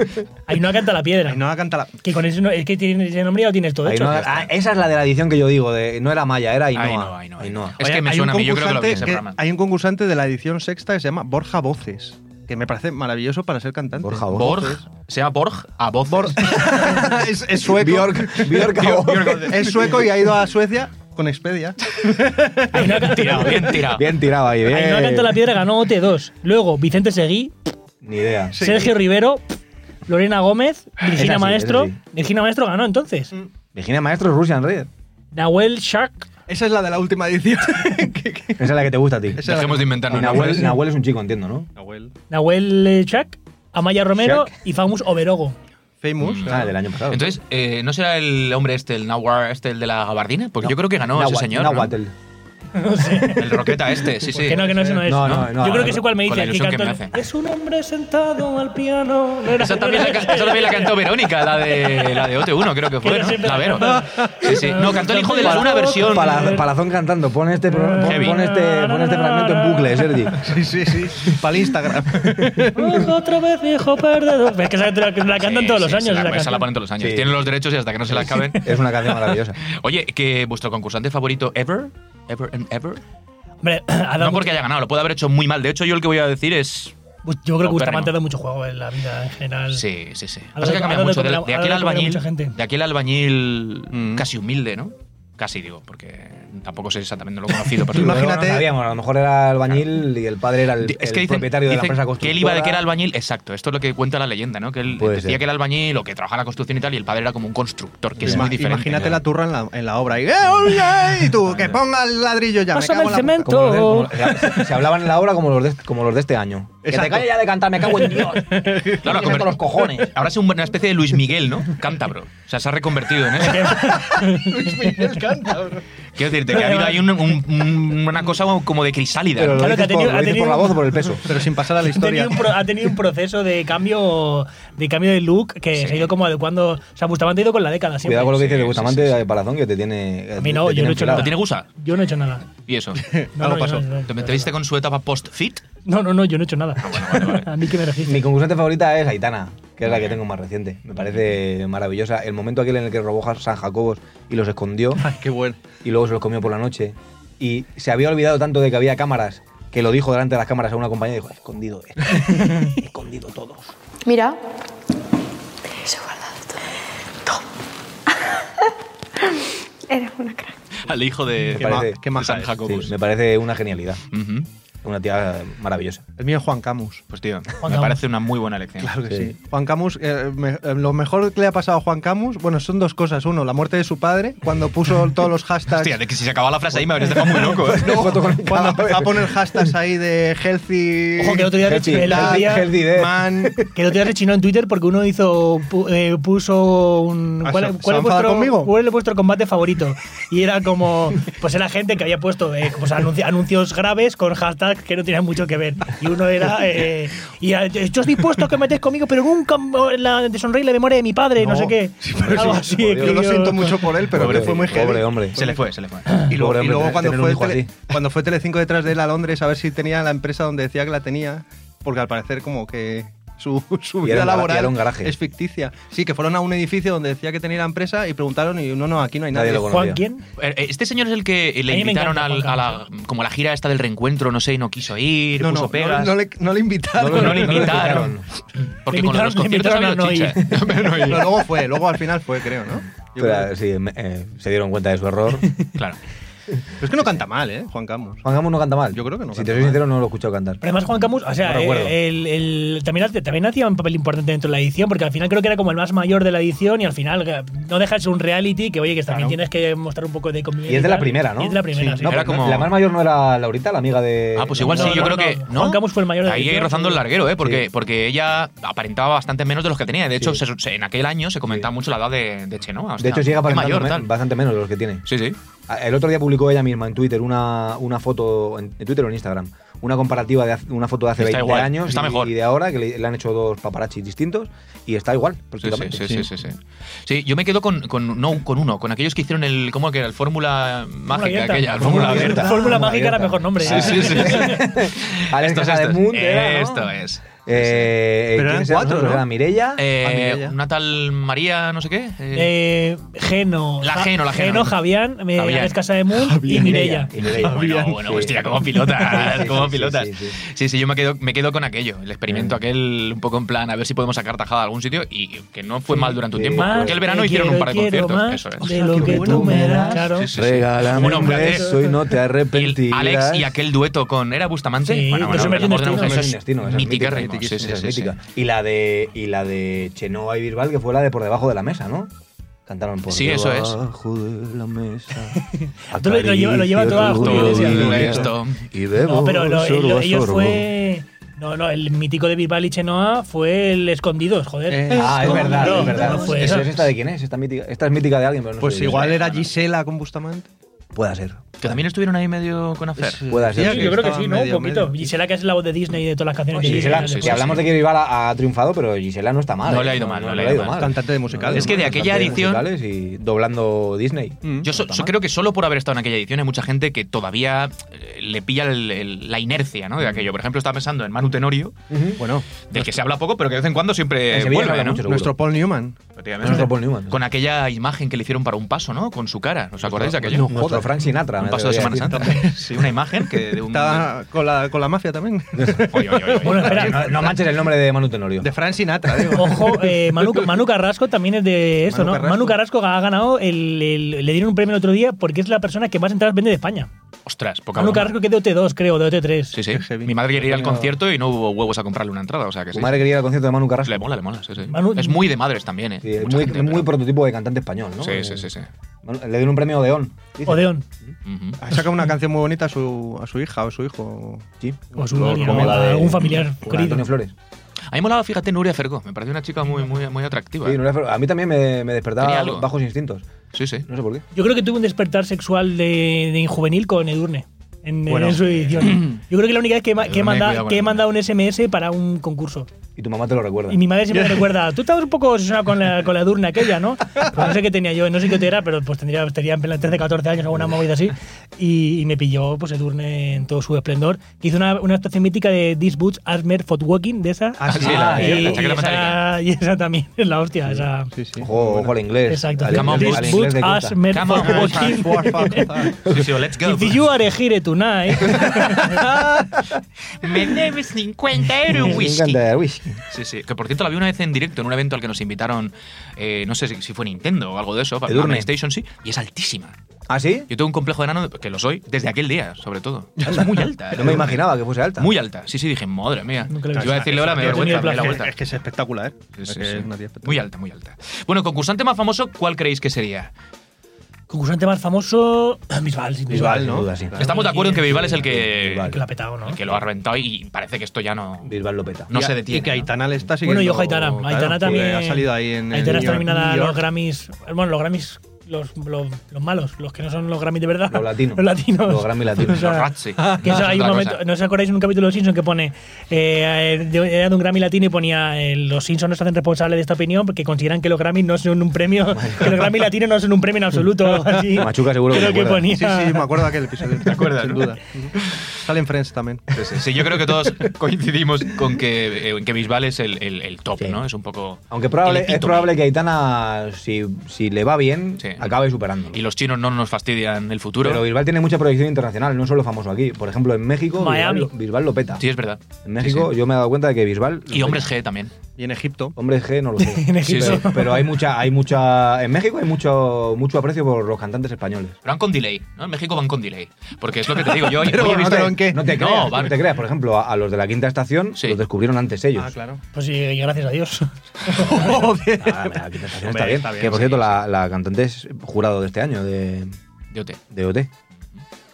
C: Ahí no canta la piedra.
D: Ay, no la canta la.
C: Que con ese, no- es que tiene ese nombre ya lo tienes todo
B: Ainhoa-
C: hecho.
B: ah, esa es la de la edición que yo digo, de, no era Maya, era Ainhoa.
A: Ainhoa, Ainhoa.
B: Ainhoa.
A: Es que
D: Oye,
A: me
D: hay
A: suena a
D: un
A: mí, yo creo que lo vi en ese
D: concursante
A: programa.
D: Hay un concursante de la edición sexta que se llama Borja Voces, que me parece maravilloso para ser cantante.
B: Borja Voces.
A: Borg. Se llama Borg a voz.
D: es, es sueco.
B: Bjork, Bjork Abor.
D: Es sueco y ha ido a Suecia con Expedia.
C: Ahí no canta-
A: Tirado, bien tirado.
B: Bien tirado ahí, bien.
C: Ahí no canta la piedra ganó OT2. Luego Vicente Seguí,
B: Ni idea.
C: Sergio Rivero, Lorena
A: Ah,
C: Gómez, Virginia
B: Esa sí,
C: Maestro.
B: esa sí.
C: Virginia Maestro ganó entonces.
A: Mm.
B: Virginia Maestro es Russian Red.
C: Nahuel Shark.
D: Esa es la de la última edición. Que- que-
B: Esa es la que te gusta a ti.
D: Esa-
A: Dejemos de
B: Y
A: inventarnos.
B: Nahuel,
A: nombres.
B: Nahuel es un chico, entiendo, ¿no?
D: Nahuel.
C: Nahuel eh, Shark, Amaya Romero
B: Shark.
C: y Famous Overogo.
A: Mm.
D: Famous.
B: Ah, del año pasado.
A: Entonces, eh, ¿no será el hombre este, el Nawar, este, el de la gabardina? Porque
B: No.
A: yo creo que ganó ese
B: Nahua-
A: señor. ¿no?
B: Nahuatl.
C: No sé.
A: El roqueta este, sí, sí.
C: que no, que no, ese no es.
B: No, no, no,
C: Yo
B: no,
C: creo que
B: no.
C: ese cual me
A: Con la
C: dice. que
A: ilusión que
C: cantó-
A: me hace.
C: Es un hombre sentado al piano. No era-
A: Esa también, la, ca- esa también la cantó Verónica, la de, la de OT1, creo que fue,
C: Quiero
A: ¿no?
C: siempre
A: La Vero.
C: la canto.
A: Sí, sí. No, cantó el hijo de la luna versión.
B: Pala- palazón cantando. Pon este, pro- pon,
A: Heavy.
B: pon este, pon este fragmento en bucle, Sergi.
D: Sí, sí, sí. Para el Instagram.
C: Oh, Otra vez viejo perdedor. Es que esa la, la cantan
A: Sí,
C: todos
A: sí,
C: los
A: sí,
C: años.
A: la-
C: esa
A: esa la
C: canción.
A: ponen todos los años.
B: Sí.
A: Tienen los derechos y hasta que no se la acaben.
B: Es una canción maravillosa.
A: Oye, que vuestro concursante favorito ever, ever and ever.
C: Hombre, ha dado
A: No
C: mucho-
A: porque haya ganado, lo puede haber hecho muy mal. De hecho, yo el que voy a decir es
C: Pues Yo creo que Bustamante
A: Paupérrimo.
C: da mucho juego en la vida en general.
A: Sí, sí, sí.
C: Ahora
A: Pasa que
C: le-
A: ha cambiado
C: ahora le
A: mucho. De,
C: toca-
A: de
C: ahora
A: aquel
C: le toca
A: albañil,
C: mucha gente.
A: de aquel albañil
D: Mm.
A: casi humilde, ¿no? Casi digo, porque tampoco sé exactamente, no lo he conocido.
B: Pero luego
A: personalmente.
B: no
D: Imagínate-
B: sabíamos, a lo mejor era albañil y el padre era el,
A: Di-
B: el propietario de la
A: dicen
B: empresa
A: que
B: constructora.
A: él iba de que era albañil, exacto, esto es lo que cuenta la leyenda, ¿no? Que él
B: Puede
A: decía
B: ser.
A: que era albañil o que trabajaba en la construcción y tal, y el padre era como un constructor, que es
D: Ima-
A: muy diferente.
D: Imagínate la turra en la, en la obra. Y, "Eh, oye", y tú, que ponga el ladrillo ya. me
C: Pásame
D: cago
C: el
D: en la puta".
C: cemento.
B: Como los de- como los- se- se hablaban en la obra como los de, como los de este año. Que te
D: Exacto.
B: calles ya de cantar, me cago en Dios.
A: Claro,
B: Claro,
A: conver-
B: con los cojones.
A: Ahora es un- una especie de Luis Miguel, ¿no? Cántabro. O sea, se ha reconvertido en eso.
D: Luis Miguel canta, bro.
A: Quiero decirte que ha habido ahí un- un- un- una cosa como de crisálida.
B: Pero
A: ¿no?
B: lo
C: Claro que
B: dices
C: ha tenido-
B: por, lo
C: ha
B: dices por
C: tenido-
B: la voz o por el peso.
D: Pero sin pasar a la
C: Ha
D: historia.
C: tenido, un pro- ha tenido un proceso de cambio de cambio de look que
A: Sí.
C: se ha ido como adecuando. O sea, Bustamante ha ido con la década siempre.
B: Cuidado con lo que dices de
A: sí,
B: Bustamante
A: sí, sí.
B: de Palazón, que te tiene.
C: A mí no,
B: te
C: yo no
B: tiene
C: he hecho
B: enfilado.
A: ¿Lo tiene gusa?
C: Yo no he hecho nada.
A: ¿Y eso?
C: No,
A: Algo
C: no,
A: pasó.
C: no, no, no,
A: ¿Te
C: no,
A: metiste
C: no.
A: con su etapa post-fit?
C: No, no, no, yo no he hecho nada.
A: vale, vale.
C: a mí que me registro.
B: Mi concursante favorita es Aitana, que es la que tengo más reciente. Me parece maravillosa. El momento aquel en el que robó a San Jacobos y los escondió
D: Ay, qué bueno.
B: y luego se los comió por la noche. Y se había olvidado tanto de que había cámaras que lo dijo delante de las cámaras a una compañera y dijo: "Ah, escondido, eh. escondido todos.
G: Mira,
H: Eres una crack.
A: Al hijo de,
B: Me parece-
A: de
D: qué maja
A: San
D: es,
A: Jacobus.
B: Sí, me parece una genialidad.
A: Ujú.
B: Una tía maravillosa.
D: El mío es Juan Camus.
A: Pues tío, me
C: Camus.
A: parece una muy buena elección.
D: Claro que sí.
B: Sí.
D: Juan Camus, eh, me- eh, lo mejor que le ha pasado a Juan Camus, bueno, son dos cosas. Uno, la muerte de su padre, cuando puso todos los hashtags.
A: Hostia, de que si se acababa la frase ahí me habrías dejado muy loco. ¿eh?
D: No,
B: Foto con el
D: cuando
B: cadáver.
D: empezó a poner hashtags ahí de healthy.
C: Ojo, que el otro día,
B: Healthy,
C: el otro
D: healthy,
C: día-
B: healthy death.
D: Man.
C: que el otro día rechinó en Twitter porque uno hizo pu- eh, puso un
D: Ah,
C: ¿cuál,
D: ¿se-
C: es-
D: se
C: cuál
D: ha
C: es
D: enfadado
C: vuestro,
D: conmigo?
C: cuál es vuestro combate favorito y era como pues era gente que había puesto eh, pues, anunci- anuncios graves con hashtags que no tenían mucho que ver y uno era eh, y era, yo estoy dispuesto a que metéis conmigo pero nunca en la de sonreír la memoria de mi padre no,
D: No,
C: sé qué
D: sí, pero
C: Algo
D: sí,
C: así,
B: por Dios.
D: Yo lo
C: que
D: siento mucho por él, pero
B: Pobre-
D: que fue muy heavy.
B: Pobre hombre.
A: Se le fue, se le fue.
D: Y, luego-
B: Ah, Pobre
D: y
B: hombre,
D: luego
B: tener
D: cuando
B: un
D: fue,
B: hijo
D: Tele-
B: así.
D: cuando fue Telecinco detrás de él a Londres a ver si tenía la empresa donde decía que la tenía, porque al parecer como que su, su
B: Y era
D: vida
B: un gara- y
D: laboral
B: era un garaje.
D: es ficticia. Sí, que fueron a un edificio donde decía que tenía la empresa y preguntaron y no, no, aquí no hay nadie.
B: Nadie lo conoce.
C: Juan quién
A: Eh, eh, Este señor es el que le
C: A mí me
A: invitaron
C: encanta
A: al-
C: Juan
A: a la, como a la gira esta del reencuentro, no sé, y no quiso ir,
D: no,
A: puso
D: no, no,
A: pegas.
D: no le, no le invitaron.
A: No le
B: no le
A: invitaron. Porque con los
C: invitaron- le
A: conciertos ha habido
C: invitaron a
A: chicha. No
D: Pero
A: ir.
D: luego fue, luego al final fue, creo, ¿no? Yo
B: Pero,
D: creo que-
B: sí, me- eh, se dieron cuenta de su error.
A: Claro.
D: Pero es que no canta mal, ¿eh? Juan Camus.
B: Juan Gamos no canta mal.
D: Yo creo que no
B: Si
D: canta
B: te soy
D: mal.
B: sincero, no lo he escuchado cantar.
C: Pero además Juan Camus, o sea,
B: No recuerdo.
C: eh, el- el- también, hace- también hacía un papel importante dentro de la edición, porque al final creo que era como el más mayor de la edición y al final eh, no deja de ser un reality que, oye, que también tienes que mostrar un poco de convivencia.
B: Y es de
C: tal.
B: la primera, ¿no?
C: Y es de la primera, sí.
B: No,
A: Era
B: pero
A: como-
B: La más mayor no era Laurita, la amiga de.
A: Ah, pues igual
C: No,
A: sí, yo creo
C: no, no.
A: que. ¿no?
C: Juan Camus fue el mayor de la
A: Ahí
C: edición,
A: rozando el
C: sí.
A: larguero, ¿eh? Porque,
B: Sí.
A: porque ella aparentaba bastante menos de los que tenía. De hecho,
B: Sí.
A: se- se- en aquel año se comentaba mucho la edad de, de Chenoa.
B: De
A: hostia,
B: hecho, llega
A: qué
B: aparentando
A: mayor,
B: me-
A: tal.
B: bastante menos de los que tiene.
A: Sí, sí.
B: A- Ah, El otro día publicó ella misma en Twitter una, una foto, en en Twitter o en Instagram, una comparativa de hace- una foto de hace
A: Está
B: 20
A: igual,
B: años
A: está
B: y,
A: mejor.
B: y de ahora, que le, le han hecho dos paparachis distintos y está igual,
A: Sí, sí,
B: prácticamente.
A: sí, sí, sí, sí. Sí, yo me quedo con, con, no, con uno, con aquellos que hicieron el. ¿Cómo que era? El Fórmula Mágica,
C: abierta.
A: aquella. el Fórmula
B: Fórmula
A: Abierta.
B: abierta.
C: Fórmula mágica era
B: abierta.
C: mejor nombre. ¿eh?
A: Sí, sí, sí.
B: Alex
A: Esto es,
B: Casa de
A: esto es.
B: Munt era, ¿no?
A: Esto es.
B: Eh,
D: Pero
B: ¿quiénes
D: eran cuatro,
B: nosotros?
D: ¿no?
B: Era Mirella.
A: Eh,
D: Ah, Mireia.
A: una tal María, no sé qué. eh,
C: Eh, Geno.
A: La
C: Ja-
A: Geno, la Geno.
C: Javián, eh,
A: Javián.
C: Alex Casa de Moon y
B: Mirella,
C: Mirella.
B: y Mirella.
A: eh, Ah, Bueno, bueno,
B: Sí.
A: hostia, como pilotas,
B: Sí, sí,
A: como
B: sí,
A: pilotas. Sí
B: sí,
A: sí,
B: sí.
A: yo me quedo, me quedo con aquello, el experimento
B: Mm.
A: aquel, un poco en plan, a ver si podemos sacar tajada a algún sitio, y que no fue mal durante un
B: sí,
A: tiempo.
B: más
A: Aquel verano
C: te
A: hicieron un par de
C: quiero, quiero
A: conciertos,
C: más
A: eso es.
C: De lo
D: Qué
C: que
D: bueno
C: tú me
D: me
C: das.
D: das.
C: Claro.
A: Sí, sí, sí.
B: Regálame
A: Bueno,
B: un
A: fíjate,
B: beso y no te
A: y
B: arrepentirás.
A: Alex y aquel dueto con. ¿Era Bustamante?
B: Ah,
C: Sí, Los
A: el
C: Hombres
A: amor de la
C: Destino.
A: mujer,
B: Eso
A: eso
B: es
A: es
B: destino, esa es
A: mítica,
B: mítica,
A: Remo, sí, sí,
B: esa es
A: sí, sí.
B: mítica. Y la de y la de Chenoa y Bisbal que fue la de por debajo de la mesa, ¿no? Cantaron por
A: Sí, eso es. Ah,
B: debajo de la mesa.
C: Tú lo- lo lleva- lo lleva
B: acaricio
C: toda
B: tu
C: Julio
A: Todo
C: Iglesias.
B: rodilla
A: esto.
B: Y bebo
C: No, pero lo-
B: sorbo
C: lo-
B: a
C: ellos
B: sorbo.
C: fue. No, no, el mítico de Bisbal y Chenoa fue el Escondidos, joder.
D: Eh,
B: Ah, es
C: Escondidos,
B: verdad, es
C: no
B: verdad.
C: fue
B: ¿Eso
C: eso.
B: es esta de quién es? Esta, mítica, esta es mítica de alguien, pero no sé
D: Pues
B: de quién
D: igual
B: es.
D: era Gisela con Bustamante.
B: Pueda ser.
A: Que también estuvieron ahí medio con Afer.
B: Pueda ser.
C: Sí, yo creo que
D: Estaba
C: sí, ¿no? Un
D: medio,
C: poquito.
D: medio.
C: Gisela, que es la voz de Disney de todas las canciones
B: Oye,
C: de Disney.
B: Gisela,
A: sí,
B: que
A: sí,
B: hablamos
A: sí.
B: de que Bisbal ha, ha triunfado, pero Gisela no está mal.
A: No
B: ¿eh?
A: le ha ido mal, no le ha ido mal.
D: Cantante de musicales.
A: Es que de
B: Cantante
A: aquella
B: de
A: edición-
B: musicales y doblando Disney.
D: Mm.
A: Yo so-
B: está
A: so-
B: mal.
A: creo que solo por haber estado en aquella edición hay mucha gente que todavía eh, le pilla el- el- la inercia ¿no? de aquello. Por ejemplo, estaba pensando en Manu Tenorio,
B: Ujú.
D: Bueno,
A: del que se habla poco, pero que de vez en cuando
B: En
A: siempre
B: Sevilla se
A: vuelve,
B: habla
A: ¿no?
B: mucho, seguro.
D: nuestro Paul Newman.
A: prácticamente.
B: Nuestro Paul Newman.
A: Con aquella imagen que le hicieron para un paso, ¿no? Con su cara. ¿Os acordáis de aquello?
B: No Nuestro jodas. Frank Sinatra,
A: Un
B: me
A: paso de Semana
B: atrevería a
A: Santa. Sí, una imagen que de un.
D: Estaba
B: Mm.
D: con la, con la mafia también.
A: Oye, oye, oye.
C: Bueno, espera.
B: Oye, No, no manches el nombre de Manu Tenorio.
D: De Frank Sinatra, digo.
C: Ojo, eh, Manu, Manu Carrasco también es de esto,
D: Manu
C: ¿no?
D: Carrasco.
C: Manu Carrasco ha ganado, el, el- le dieron un premio el otro día porque es la persona que más entradas vende de España.
A: Ostras, poca
C: Manu
A: broma.
C: Carrasco que es de OT2, creo, de OT3.
A: Oh, Sí, sí.
D: Qué heavy.
A: Mi madre quería ir al
D: Coño.
A: concierto y no hubo huevos a comprarle una entrada, o sea que sí.
B: Tu madre quería ir al concierto de Manu Carrasco.
A: Le mola, le mola, sí, sí.
C: Manu-
A: Es muy de madres también, ¿eh?
B: Sí, es
A: Mucha
B: muy,
A: gente,
B: muy
A: pero-
B: prototipo de cantante español, ¿no?
A: Sí, sí, sí. sí.
B: Manu- le dieron un premio Odeón. dice.
C: Odeón.
A: Ujú.
D: Ha sacado una canción muy bonita a su, a su hija o su hijo.
B: Sí.
C: O su
B: Lo-
C: alguien,
B: como
C: o
B: la de-
C: algún familiar
B: con
C: querido.
B: Antonio Flores.
A: A mí me molaba, fíjate, Nuria Fergó. Me pareció una chica muy, muy, muy atractiva.
B: Sí, no era- a mí también me, me
A: Tenía
B: despertaba
A: algo.
B: bajos instintos.
A: Sí, sí.
B: No sé por qué.
C: Yo creo que tuve un despertar sexual de, de juvenil con Edurne. En,
D: Bueno.
C: en su edición. Yo creo que la única vez que, ma- que he,
A: Edurne,
C: manda-
A: cuidado con
C: que he
A: Edurne.
C: mandado un SMS para un concurso.
B: Y tu mamá te lo recuerda.
C: Y mi madre siempre me recuerda, tú estabas un poco obsesionado con la, con la Edurne aquella, ¿no? Pues no sé qué tenía yo, no sé qué te era, pero pues tendría, tendría en plan 13, 14 años, alguna movida así. Y, y me pilló pues Edurne en todo su esplendor. Que hizo una, una actuación mítica de These Boots Are Made for Walking, de esa.
D: Ah, sí,
A: la-
C: y,
A: la chaqueta
C: y esa,
A: metálica.
C: y esa también, es la hostia, esa.
D: Sí, sí.
B: Ojo, ojo al inglés.
C: Exacto.
B: Al,
A: Come on,
B: al
A: boys.
C: These
B: inglés
C: boots
B: de
C: are
B: costa.
C: made
A: Come
C: for
D: Ah,
A: on, boys.
C: walking.
A: Sí, sí, let's go.
C: If you are a hero tonight.
A: Me debes 50 euros
B: Me encanta el whisky.
A: Sí, sí. Que por cierto la vi una vez en directo, en un evento al que nos invitaron, eh, no sé si, si fue Nintendo o algo de eso, para
B: Edurne.
A: PlayStation, sí, y es altísima.
B: ¿Ah, sí?
A: Yo tengo un complejo de enano, que lo soy, desde aquel día, sobre todo. Es muy alta. eh.
B: No me imaginaba que fuese alta.
A: Muy alta. Sí, sí, dije, madre mía.
C: Nunca la he visto.
A: Iba a decirle ahora, me da
C: Yo
A: vergüenza,
C: tenía el
A: me da la
C: placer.
A: vuelta.
D: Es que es espectacular, ¿eh?
A: Sí, sí,
D: Es
A: sí.
D: una tía espectacular.
A: Muy alta, muy alta. Bueno, concursante más famoso, ¿cuál creéis que sería?
C: Concursante más famoso. Bisbal, sí,
B: Bisbal,
D: ¿no?
B: sin duda, sí.
D: Claro.
A: Estamos de acuerdo en que Bisbal es el
C: El
A: que,
C: que lo ha petado, ¿no?
A: el que lo ha reventado y parece que esto ya no,
B: Bisbal lo peta.
A: no
D: Y a-
A: se detiene.
D: Y que
A: ¿no?
D: Aitana le está siguiendo.
C: Bueno, y ojo a Aitana.
D: claro,
C: Aitana
D: que
C: también.
D: Ha salido ahí en. el
C: Aitana está
D: New York-
C: nominada a
D: New
C: los
D: York.
C: Grammys. Bueno, los Grammys. Los, los, los malos, los que no son los Grammys de verdad.
B: Los latinos.
C: Los latinos.
B: Los Grammy latinos.
C: O sea, ah,
A: Los Razzie.
C: que eso
A: No, es
C: hay
A: otra
C: un momento,
A: cosa.
C: no os acordáis en un capítulo de Los Simpsons que pone eh, de- era de un Grammy latino y ponía eh, los Simpsons no se hacen responsables de esta opinión porque consideran que los Grammys no son un premio que los Grammy latinos no son un premio en absoluto así.
B: Machuca seguro que
C: creo
B: se
C: que,
B: acuerda.
C: ponía
D: Sí, sí, me acuerdo de aquel episodio. ¿Te acuerdas? Sin duda. Sale en Friends también.
A: Sí, sí, yo creo que todos coincidimos con que, eh, en que Bisbal es el, el- el top,
B: Sí.
A: ¿no? Es un poco.
B: Aunque probable,
A: el
B: es
A: epítome.
B: probable que Aitana, si, si le va bien,
A: Sí.
B: acabe superando.
A: Y los chinos no nos fastidian el futuro.
B: Pero Bisbal tiene mucha proyección internacional, no solo famoso aquí. Por ejemplo, en México,
C: Miami.
B: Bisbal, lo- Bisbal lo peta.
A: Sí, es verdad.
B: En México,
A: Sí, sí.
B: yo me he dado cuenta de que Bisbal.
A: Y hombres G también.
D: Y en Egipto.
B: Hombres G no lo sé.
C: En Egipto.
B: Pero, pero hay mucha, hay mucha. En México hay mucho, mucho aprecio por los cantantes españoles.
A: Pero van con delay, ¿no? En México van con delay. Porque es lo que te digo yo. hoy-
D: Pero
A: hoy he
D: bueno,
A: visto-
D: ¿pero en qué?
B: No te
A: No,
B: creas, no
A: van-
B: te creas. Por ejemplo, a, a los de la quinta estación
A: Sí.
B: los descubrieron antes ellos.
D: Ah, claro.
C: Pues sí, y gracias a Dios.
D: Joder.
B: Ah, mira, la quinta estación
D: Hombre,
B: está, bien.
D: está bien,
B: Que por
D: sí,
B: cierto, la, la cantante es jurado de este año de,
A: Yo te.
B: de OT.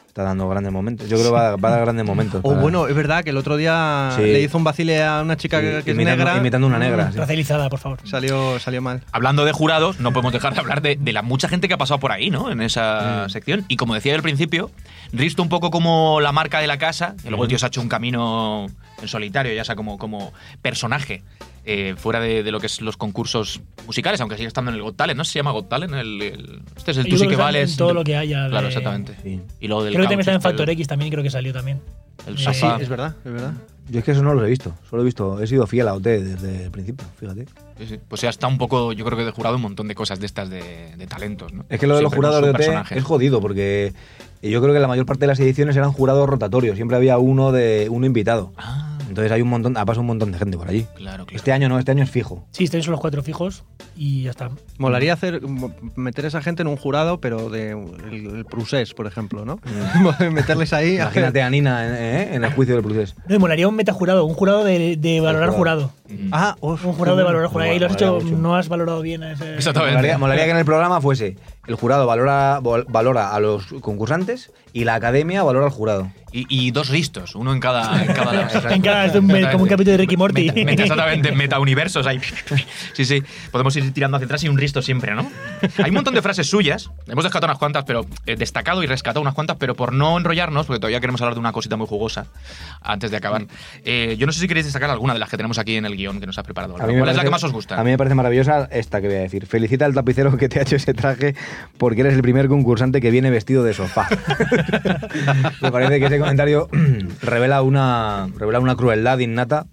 B: Está dando grandes momentos. Yo creo que va, va a dar grandes momentos.
D: O
B: para-
D: Oh, bueno, es verdad que el otro día
B: Sí.
D: le hizo un vacile a una chica
B: Sí,
D: que- que es
B: imitando-
D: negra. mm,
B: imitando una negra. sí.
C: Racializada, por favor.
D: Salió, salió mal.
A: Hablando de jurados, no podemos dejar de hablar de, de la mucha gente que ha pasado por ahí, ¿no? En
B: Mm.
A: esa sección. Y como decía yo al principio, Risto un poco como la marca de la casa, que
B: Mm.
A: luego el tío se ha hecho un camino en solitario, ya sea como, como personaje, eh, fuera de, de lo que es los concursos musicales, aunque sigue estando en el Got Talent, ¿no? Se llama Got Talent. El, el- este es el
C: Yo
A: Tú sí que
C: creo que está en
A: vales.
C: todo lo que haya de-
A: Claro, exactamente.
B: Sí.
A: Y luego del
C: Creo que también está en
A: couch,
C: Factor
A: el-
C: X, también creo que salió también.
A: El
C: Sí,
A: sofá.
C: Ah.
D: Es verdad, es verdad.
B: Yo es que eso no los he visto. Solo he visto, he sido fiel a OT desde el principio, fíjate.
A: Sí, sí. Pues ya está un poco, yo creo que de jurado un montón de cosas de estas de, de talentos, ¿no?
B: Es que lo de los
A: Siempre con
B: jurados
A: su
B: de OT
A: personaje.
B: es jodido porque eh, yo creo que la mayor parte de las ediciones eran jurados rotatorios. Siempre había uno de uno invitado.
A: Ah,
B: Entonces hay un montón, ha pasado un montón de gente por allí.
A: claro, claro.
B: Este año no, este año es fijo.
C: Sí, estáis los cuatro fijos y ya está.
D: Molaría hacer mo- meter a esa gente en un jurado, pero de el, el Prusés, por ejemplo, ¿no?
A: Mm.
D: Meterles ahí. a-
B: Imagínate a Nina en, ¿eh? en el juicio del proceso.
C: No, me molaría un metajurado, un jurado de, de valorar
B: jurado.
C: jurado.
A: Mm.
D: Ah, os-
C: Un jurado de valorar jurado.
B: Mola-
C: Ahí lo has
B: molaría
C: hecho,
B: mucho.
C: no has valorado bien a ese.
A: Exactamente.
B: Molaría, molaría que en el programa fuese el jurado valora, vol- valora a los concursantes y la academia valora al jurado.
A: Y, y dos listos, uno en cada. En cada,
C: En cada- es un- como un capítulo de Rick y Morty.
A: Meta- meta- exactamente, metauniversos ahí. Sí, sí. Podemos ir tirando hacia atrás y un risto siempre, ¿no? Hay un montón de frases suyas. Hemos descartado unas cuantas, pero eh, destacado y rescatado unas cuantas, pero por no enrollarnos, porque todavía queremos hablar de una cosita muy jugosa antes de acabar. Eh, yo no sé si queréis destacar alguna de las que tenemos aquí en el guión que nos has preparado.
B: A
A: ¿Cuál
B: mí me
A: es la
B: parece-
A: que más os gusta?
B: A mí me parece maravillosa esta que voy a decir. Felicita al tapicero que te ha hecho ese traje porque eres el primer concursante que viene vestido de sofá. me parece que ese comentario revela una, revela una crueldad innata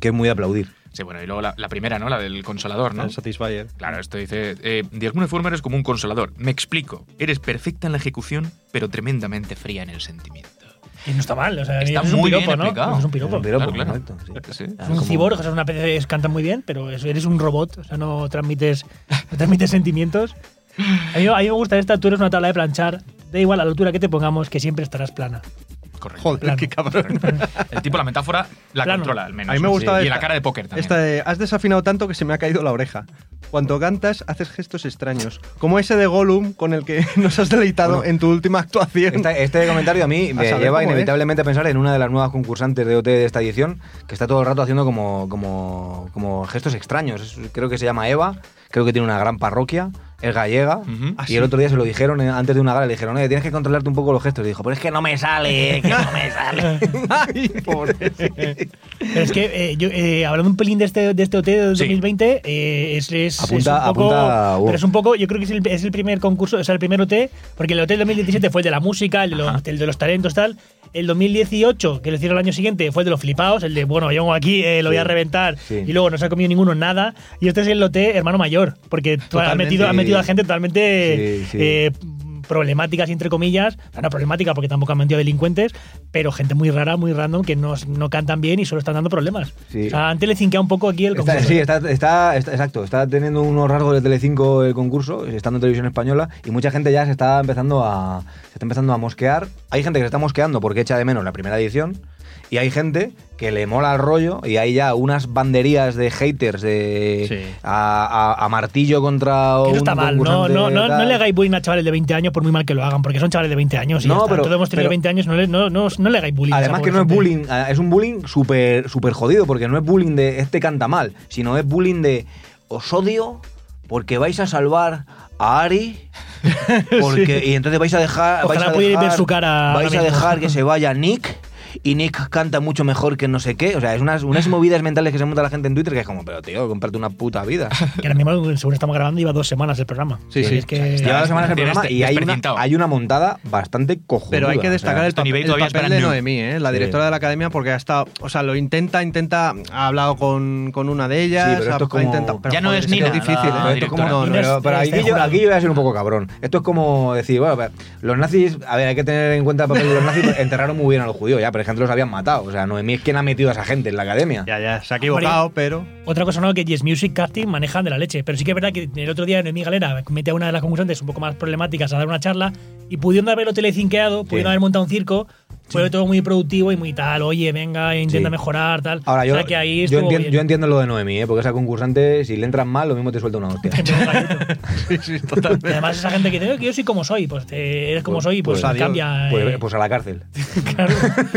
B: que es muy de aplaudir.
A: Sí, bueno, y luego la, la primera, ¿no? La del consolador, ¿no?
D: El Satisfyer.
A: Claro, esto dice, eh, The Alguna forma eres como un consolador. Me explico, eres perfecta en la ejecución, pero tremendamente fría en el sentimiento.
C: Y no está mal, o sea,
A: Está
C: es un
A: muy bien
C: piropo, ¿no?
A: explicado.
C: Es un piropo.
B: Un piropo,
A: claro, claro.
B: correcto, sí.
A: Sí.
B: Ah,
C: Es un
B: como-
C: ciborg, o sea, una vez cantan muy bien, pero es- eres un robot, o sea, no transmites, no transmites sentimientos. A mí, a mí me gusta esta, tú eres una tabla de planchar, da igual la altura que te pongamos, que siempre estarás plana.
A: Correcto.
D: Joder,
C: Plano.
D: qué cabrón.
A: El tipo, la metáfora, la
C: Plano.
A: controla al menos.
D: A mí me
A: Sí.
D: gustaba
A: Y la
D: esta-
A: cara de póker también.
D: Esta de, has desafinado tanto que se me ha caído la oreja. Cuando cantas, haces gestos extraños, como ese de Gollum con el que nos has deleitado
B: Bueno.
D: en tu última actuación.
B: Esta- este comentario a mí
D: A
B: me
D: saber
B: lleva
D: cómo
B: inevitablemente a pensar en una de las nuevas concursantes de OT de esta edición, que está todo el rato haciendo como, como, como gestos extraños. Es- Creo que se llama Eva, creo que tiene una gran parroquia, es gallega,
A: Ujú.
D: Ah,
B: y
D: sí.
B: el otro día se lo dijeron eh, antes de una gala, le dijeron, oye, tienes que controlarte un poco los gestos. Y dijo, pero es que no me sale, que no me sale.
D: Ay, pobre.
C: Pero es que, eh, yo, eh, hablando un pelín de este, de este OT de
A: Sí.
C: 2020, eh, es, es- es
B: Apunta-
C: un poco.
B: apunta, uh.
C: Pero es un poco, yo creo que es el, es el primer concurso, o sea, el primer OT, porque el OT del 2017 fue el de la música, el de, los, el de los talentos, tal. El 2018, que lo hicieron el año siguiente, fue el de los flipados, el de, bueno, yo aquí eh, lo voy a
B: Sí,
C: reventar,
B: sí.
C: y luego no se ha comido ninguno nada. Y este es el OT hermano mayor, porque tú has
D: Totalmente.
C: metido, has metido a gente totalmente.
B: Sí, sí.
C: eh, problemáticas, entre comillas, una problemática porque tampoco han mentido delincuentes, pero gente muy rara, muy random, que no, no cantan bien y solo están dando problemas.
B: Sí.
C: O sea, antes le cinkea un poco aquí el
B: Está-
C: concurso.
B: sí, está, está- está- exacto. Está teniendo unos rasgos de Telecinco el concurso, estando en televisión española, y mucha gente ya se está empezando a se está empezando a mosquear. Hay gente que se está mosqueando porque echa de menos la primera edición, y hay gente que le mola el rollo, y hay ya unas banderías de haters de
D: Sí.
B: a, a- a martillo contra
C: Que
B: un
C: Eso está mal, no,
B: concursante,
C: no, no, no
B: tal.
C: le hagáis bullying a chavales de 20 años por muy mal que lo hagan, porque son chavales de 20 años. Y
B: No,
C: ya está.
B: pero-
C: Todos hemos tenido
B: pero-
C: 20 años, no le, no, no, no le hagáis bullying. a esa
B: Además que
C: pobre
B: no es
C: gente.
B: bullying, eh, es un bullying súper super jodido, porque no es bullying de este canta mal, sino es bullying de os odio porque vais a salvar a Ari. porque- Y entonces vais a dejar.
C: Ojalá
B: vais a
C: pudierais ver
B: dejar-
C: su cara
B: Vais
C: ahora
B: a
C: mismo.
B: dejar que se vaya Nick. Y Nick canta mucho mejor que no sé qué. O sea, es unas, unas movidas mentales que se monta la gente en Twitter que es como, pero tío, comprarte una puta vida.
C: Que ahora mismo, según estamos grabando, lleva dos semanas el programa.
D: Sí, sí.
C: Es que,
B: Lleva dos semanas el
A: Tienes
B: programa y hay una,
A: despertintao.
B: hay una montada bastante cojonuda.
D: Pero hay que destacar el,
A: esto a este
D: papel-
A: nivel
D: el
A: todavía es
D: papel
A: brand
D: de
A: new.
D: Noemí, ¿eh? la
B: Sí.
D: directora de la academia, porque ha estado, o sea, lo intenta, intenta, ha hablado con, con una de ellas,
B: Sí, pero
D: ha-
B: esto es
D: ha
B: como-
D: intentado- pero,
A: Ya no
D: joder,
A: es
D: que
A: Nina,
D: difícil,
A: la
D: ¿eh?
B: Pero
A: directora.
B: esto como- no,
C: Y no
B: pero-
C: es-
B: pero
C: está
B: aquí, yo,
C: jurado.
B: aquí yo voy a ser un poco cabrón. Esto es como decir, bueno, pero los nazis, a ver, hay que tener en cuenta el papel de los nazis, pues, enterraron muy bien a los judíos, ya, pero es que antes los habían matado. O sea, Noemí es quien ha metido a esa gente en la academia.
D: Ya, ya, se ha equivocado, pero.
C: Otra cosa no, que Yes Music Captain manejan de la leche. Pero sí que es verdad que el otro día Noemí Galera mete a una de las concursantes un poco más problemáticas a dar una charla y pudiendo haberlo telecinqueado, pudiendo haber montado un circo, fue todo muy productivo y muy tal. Oye, venga, intenta
B: Sí.
C: mejorar, tal.
B: Ahora,
C: O
B: yo,
C: sea, que ahí
B: yo,
C: estuvo
B: entien-
C: bien.
B: yo entiendo lo de Noemí, ¿eh? porque esa concursante, si le entras mal, lo mismo te suelta una hostia.
D: sí, sí, totalmente.
C: Y Además, esa gente que dice "Eh, que yo soy como soy, pues eh, eres como soy, pues,
B: pues,
D: adiós.
C: cambia. eh,
B: Pues, pues a la cárcel.
C: claro.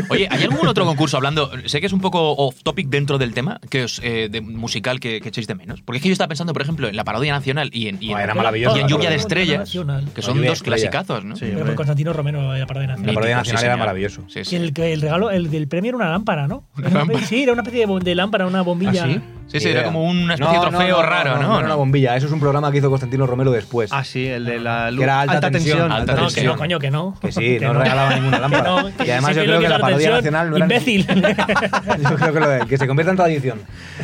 A: Oye, ¿hay algún otro concurso hablando? Sé que es un poco off topic dentro del tema, que es eh, de musical que, que echéis de menos. Porque es que yo estaba pensando, por ejemplo, en la parodia nacional y en, y en-
B: Ah, era maravilloso,
A: y en
B: la
A: Lluvia de
B: parodia
A: Estrellas,
C: nacional.
A: que
B: La
A: son
B: Lluvia de
A: dos
B: Estrellas.
A: clasicazos, ¿no?
D: Sí,
C: Pero
D: hombre.
C: con Constantino Romero de la parada
B: La
C: nacional.
B: parodia
A: Mítico, sí,
B: nacional era
A: señor.
B: maravilloso.
A: Sí,
C: Que
A: sí.
C: el, que el regalo el del premio era una lámpara, ¿no?
A: Una
C: Era un pe-
A: lámpara.
C: Sí, era una especie de, de lámpara, una bombilla.
D: ¿Ah, sí?
A: Sí, sí, era
B: Idea.
A: como una especie
B: No,
A: de
B: no,
A: trofeo
B: no,
A: raro, ¿no?
B: No, era una bombilla. Eso es un programa que hizo Constantino Romero después.
D: Ah, sí, el de la luz.
B: Que era alta tensión,
A: alta
C: No, que
A: tensión.
C: no, coño, que no.
B: Que sí, no regalaba ninguna lámpara.
C: no,
B: y además
C: sí,
B: yo
C: sí,
B: creo
C: lo
B: que
C: que
B: la
C: es
B: parodia
C: atención,
B: nacional no era...
C: imbécil.
B: Yo creo que lo de- que se convierta en tradición.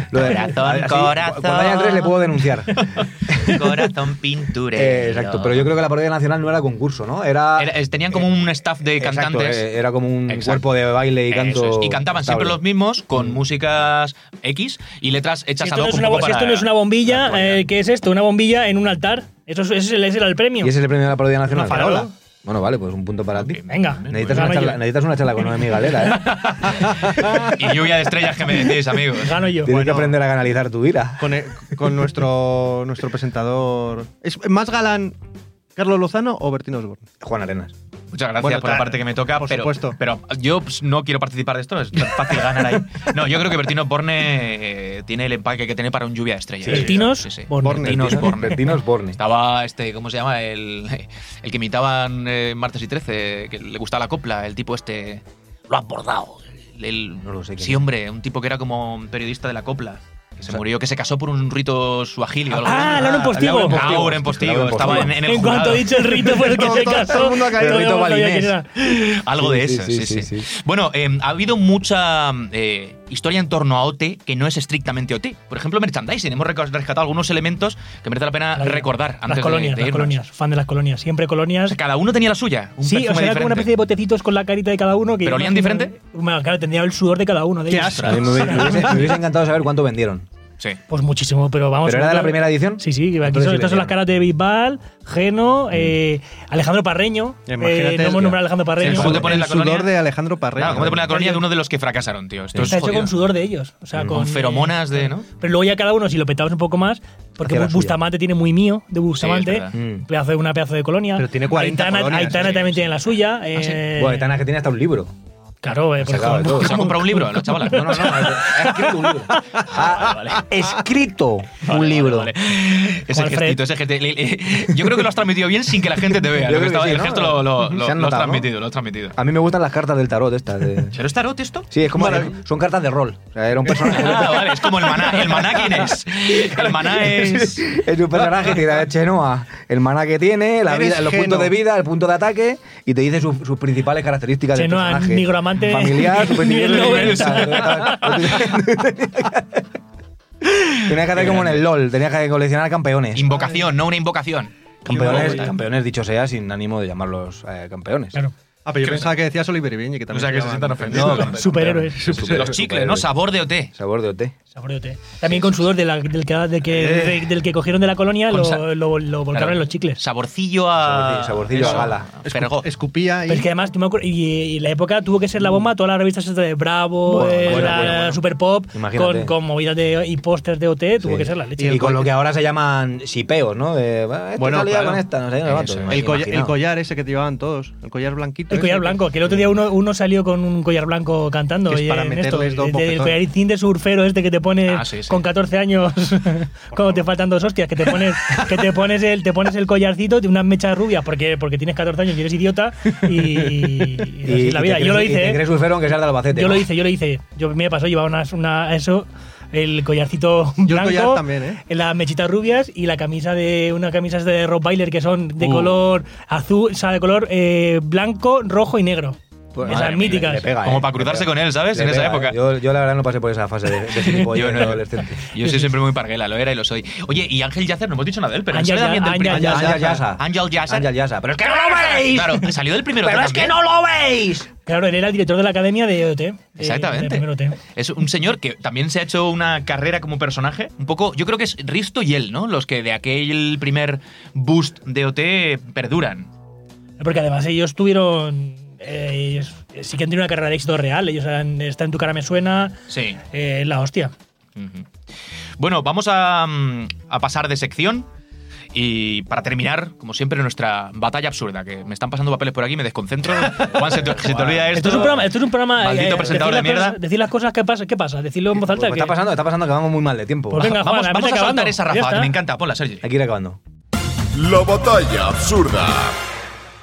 B: Lo de,
A: Corazón,
B: así,
A: corazón.
B: Cuando haya tres le puedo denunciar.
A: Corazón pintura.
B: Eh, exacto, pero yo creo que la parodia nacional no era concurso, ¿no? Era, eh,
A: tenían como un staff de
B: exacto,
A: cantantes.
B: eh, era como un
A: Exacto.
B: cuerpo de baile y
A: Eso
B: canto.
A: es. Y cantaban siempre
B: estable.
A: los
B: Mm.
A: mismos con músicas X y letras hechas
C: esto,
A: a
C: no
A: dos
C: es una, bo- esto no es una bombilla, eh, ¿qué es esto? Una bombilla en un altar. Eso es, ese, ese era el premio.
B: Y ese es el premio de la parodia nacional.
C: Una farola.
B: Bueno, vale, pues un punto para ti.
C: Venga.
B: Necesitas
C: Gano
B: una,
C: yo.
B: charla, necesitas una charla con una amiga galera, ¿eh?
A: y lluvia de estrellas que me decís, amigos.
C: Pues Gano yo.
B: Tienes que aprender a canalizar tu ira.
D: Con, el- con nuestro, nuestro presentador. ¿Es más galán Carlos Lozano o Bertino Osborne?
B: Juan Arenas.
A: Muchas gracias
D: Bueno,
A: por la
D: claro,
A: parte que me toca,
D: por
A: pero,
D: supuesto.
A: pero yo pues, no quiero participar de esto, es tan fácil ganar ahí. No, yo creo que Bertino Borne eh, tiene el empaque que tiene para un lluvia de estrellas.
C: Bertinos
A: Sí, sí.
C: Borne.
A: Bertinos Borne.
B: Bertinos Borne.
A: Estaba este, ¿cómo se llama? El, el que imitaban eh, Martes y Trece, que le gustaba la copla, el tipo este. Lo han bordado. El- el-
B: No lo sé quién
A: Sí,
B: es.
A: hombre, un tipo que era como periodista de la copla. Que se murió, que se casó por un rito suajili o algo
C: Ah,
A: así.
C: Lauren Postigo.
A: Lauren Postigo. Lauren Postigo,
B: Lauren Postigo.
A: Estaba en, en el
C: En cuanto
A: jurado.
C: he dicho el rito por el que
D: Todo-
C: se
D: todo-
C: casó,
D: todo el mundo ha caído.
C: todo el
B: Rito
C: mundo sabía
B: balinés.
C: quién era.
A: Algo
B: Sí,
A: de
B: sí,
A: eso, sí
B: sí,
A: sí,
B: sí, sí.
A: Bueno, eh, ha habido mucha eh, historia en torno a OT que no es estrictamente OT. Por ejemplo, merchandising. Hemos reca- rescatado algunos elementos que merece la pena
C: La-
A: recordar antes
C: Las
A: de-
C: colonias,
A: de
C: las
A: irnos.
C: colonias. Fan de las colonias.
A: O
C: Siempre colonias.
A: sea, cada uno tenía la suya. Un
C: sí,
A: perfume
C: o sea, era como una
A: diferente.
C: especie de botecitos con la carita de cada uno. Que
A: ¿Pero olían
C: imagino-
A: diferente?
C: Bueno, claro, tendría el sudor de cada uno. De
D: Qué
C: ellos.
D: asco.
B: A mí me hubiese, me hubiese- me hubiese encantado saber cuánto vendieron.
A: Sí.
C: Pues muchísimo, pero vamos.
B: ¿Pero era de la primera edición?
C: Sí, sí, aquí
B: Entonces
C: son,
B: sí
C: estas son las
B: vendieron.
C: caras de Bisbal, Geno, eh, Alejandro Parreño. Eh,
D: Imagínate
C: no hemos
D: el-
C: nombrado a Alejandro
A: Sí,
C: Parreño.
A: ¿Cómo te pones
D: el
A: la
D: sudor
A: colonia?
D: de Alejandro Parreño.
A: Claro, ¿cómo te pone la colonia de uno de los que fracasaron, tío? Esto
C: Está
A: es
C: hecho
A: jodido.
C: con sudor de ellos. O sea, con,
A: Con
C: eh,
A: feromonas de, ¿no?
C: Pero luego ya cada uno, si lo petamos un poco más, porque
B: Hace la suya.
C: Bustamante tiene muy mío de Bustamante,
A: verdad.
B: Mm.
C: pedazo de una pedazo de colonia.
D: Pero tiene 40
C: Aitana,
D: colonias,
B: ¿eh?
C: Aitana
D: sí.
C: también tiene la suya.
A: Ah,
C: eh,
B: Bueno, tan es que tiene hasta un libro.
C: Claro, eh, por
B: sacado de
C: ejemplo.
B: todo.
A: Se ha comprado un libro, la chavala.
B: No, no, no. Ha escrito un libro. Ha escrito un libro.
A: Ah, Vale, vale. Ese
C: Alfred.
A: gestito, ese gesti- le- le- Yo creo que lo has transmitido bien sin que la gente te vea.
B: Yo
A: Lo que
B: creo que
A: estaba-
B: sí,
A: el
B: ¿no?
A: gesto lo, lo- lo-
B: Se han
A: lo has
B: notado, ¿no?
A: transmitido, lo has transmitido.
B: A mí me gustan las cartas del tarot estas. de-
A: ¿Pero es tarot esto?
B: Sí, es como son cartas de rol. O sea, era un
A: Ah,
B: personaje.
A: vale, es como el maná. ¿El maná quién es? El maná es.
B: Es un personaje que te da Chenoa, el maná que tiene, la
D: Eres
B: vida, los
D: Geno.
B: puntos de vida, el punto de ataque y te dice sus, sus principales características del
C: Chenoa,
B: personaje.
C: nigromante,
B: familiar, su
C: nivel
B: principal
C: Nobel.
B: defensa. Tenías que hacer como en el LOL, tenías que coleccionar campeones.
A: Invocación, no una invocación.
B: Campeones,
A: Invocación.
B: campeones, dicho sea, sin ánimo de llamarlos eh, campeones.
C: Claro.
D: Ah, pero yo pensaba que decías Oliver y Benji, que también.
A: O sea, que se
D: llaman-
A: sientan ofendidos.
B: campeones.
C: Superhéroes.
A: Los chicles, ¿no? Sabor de OT.
B: Sabor de OT.
C: Saboreote. También con sudor de la- del, que, del, que,
B: Eh.
C: del que cogieron de la colonia
A: Con
C: lo,
A: sa-
C: lo- lo volcaron
A: Claro.
C: en los chicles.
A: Saborcillo a.
B: Saborcillo- saborcillo a gala.
A: Fergo.
D: Escu- Escupía y.
C: Pero es que además, yo me acuerdo- y, y la época tuvo que ser la bomba, todas las revistas estas de Bravo,
B: Bueno,
C: eh,
B: bueno,
C: la
B: bueno, bueno.
C: Super Pop,
B: Imagínate.
C: con, con movidas de, y pósters de OT, tuvo
B: Sí.
C: que ser la
B: Y,
C: leche.
B: con lo que ahora se llaman sipeos, ¿no? De, "Ah, este
D: Bueno,
B: salía
D: claro.
B: con esta, no sé, no sé cuánto".
A: Eso,
B: Me
D: El, colla-
B: imaginaba.
D: el collar ese que te llevaban todos. El collar blanquito.
C: El
D: ese
C: collar
D: que-
C: blanco, que el otro día uno, uno salió con un collar blanco cantando.
D: Que es
C: y
D: para
C: en
D: meterles
C: esto,
D: dos
C: el- El
D: bofetones.
C: collarín de surfero este que te pones
A: Ah, sí, sí.
C: con 14 años, cuando te faltan dos hostias, que te pones, que te pones el, te pones el collarcito de unas mechas rubias porque, porque tienes 14 años y eres idiota y, y- y
B: Y,
C: así es la vida. Yo lo
B: Y
C: hice,
B: te
C: ¿eh?
B: crees surfero aunque seas de Albacete.
C: Yo lo
B: ¿no?
C: hice, yo lo hice. Yo me pasó, llevaba una, una- eso, el collarcito blanco,
D: collar también, ¿eh?
C: las mechitas rubias y la camisa de una camisa de rock bailer que son de
A: Uh.
C: color azul, o sea, de color eh, blanco, rojo y negro.
B: Pues,
C: Esas
B: madre mía,
C: míticas.
B: le pega,
A: Como
B: ¿eh?
A: para
B: Le
A: cruzarse
B: pega.
A: con él, ¿sabes?
B: Le
A: En esa
B: pega. ¿eh?
A: época.
B: Yo, yo la verdad no pasé por esa fase de, de gilipollas
A: Yo no.
B: adolescente.
A: Yo soy siempre muy parguela, lo era y lo soy. Oye, y Ángel Yacer, no hemos dicho nada de él, pero él
C: Ángel
A: sale también del
C: Ya-
A: primer-
C: Ángel
B: Ángel
A: Ángel
B: Yasa.
A: Ángel Yacer.
B: Ángel Yasa. Pero es que no lo veis.
A: Claro, salió del primero.
B: Pero es que no lo veis.
C: Claro, él era el director de la academia de OT. de- de
A: Exactamente.
C: primero OT.
A: Es un señor que también se ha hecho una carrera como personaje. Un poco, yo creo que es Risto y él, ¿no? Los que de aquel primer boost de OT perduran.
C: Porque además ellos tuvieron. eh, ellos- sí que han tenido una carrera de éxito real. Ellos han, Está en tu cara me suena.
A: Sí.
C: eh, la hostia.
A: Ujú. Bueno, vamos a, mm, a pasar de sección. Y para terminar, como siempre, nuestra batalla absurda, que me están pasando papeles por aquí, me desconcentro. Juan, se te, se te olvida esto.
C: Esto, es un programa. Esto es un programa eh,
A: Maldito presentador
C: decir
A: de
C: las
A: mierda.
C: cosas- decir las cosas que pasa. ¿Qué pasa? Decirlo en voz alta.
B: Pues
C: que-
B: Está pasando, está pasando que vamos muy mal de tiempo.
C: Pues venga, Juan,
A: vamos vamos a
C: acabando.
A: soltar esa
C: Ya
A: ráfaga, que
C: está.
A: me encanta. Ponla, Sergi.
B: Hay que ir acabando.
G: La batalla absurda.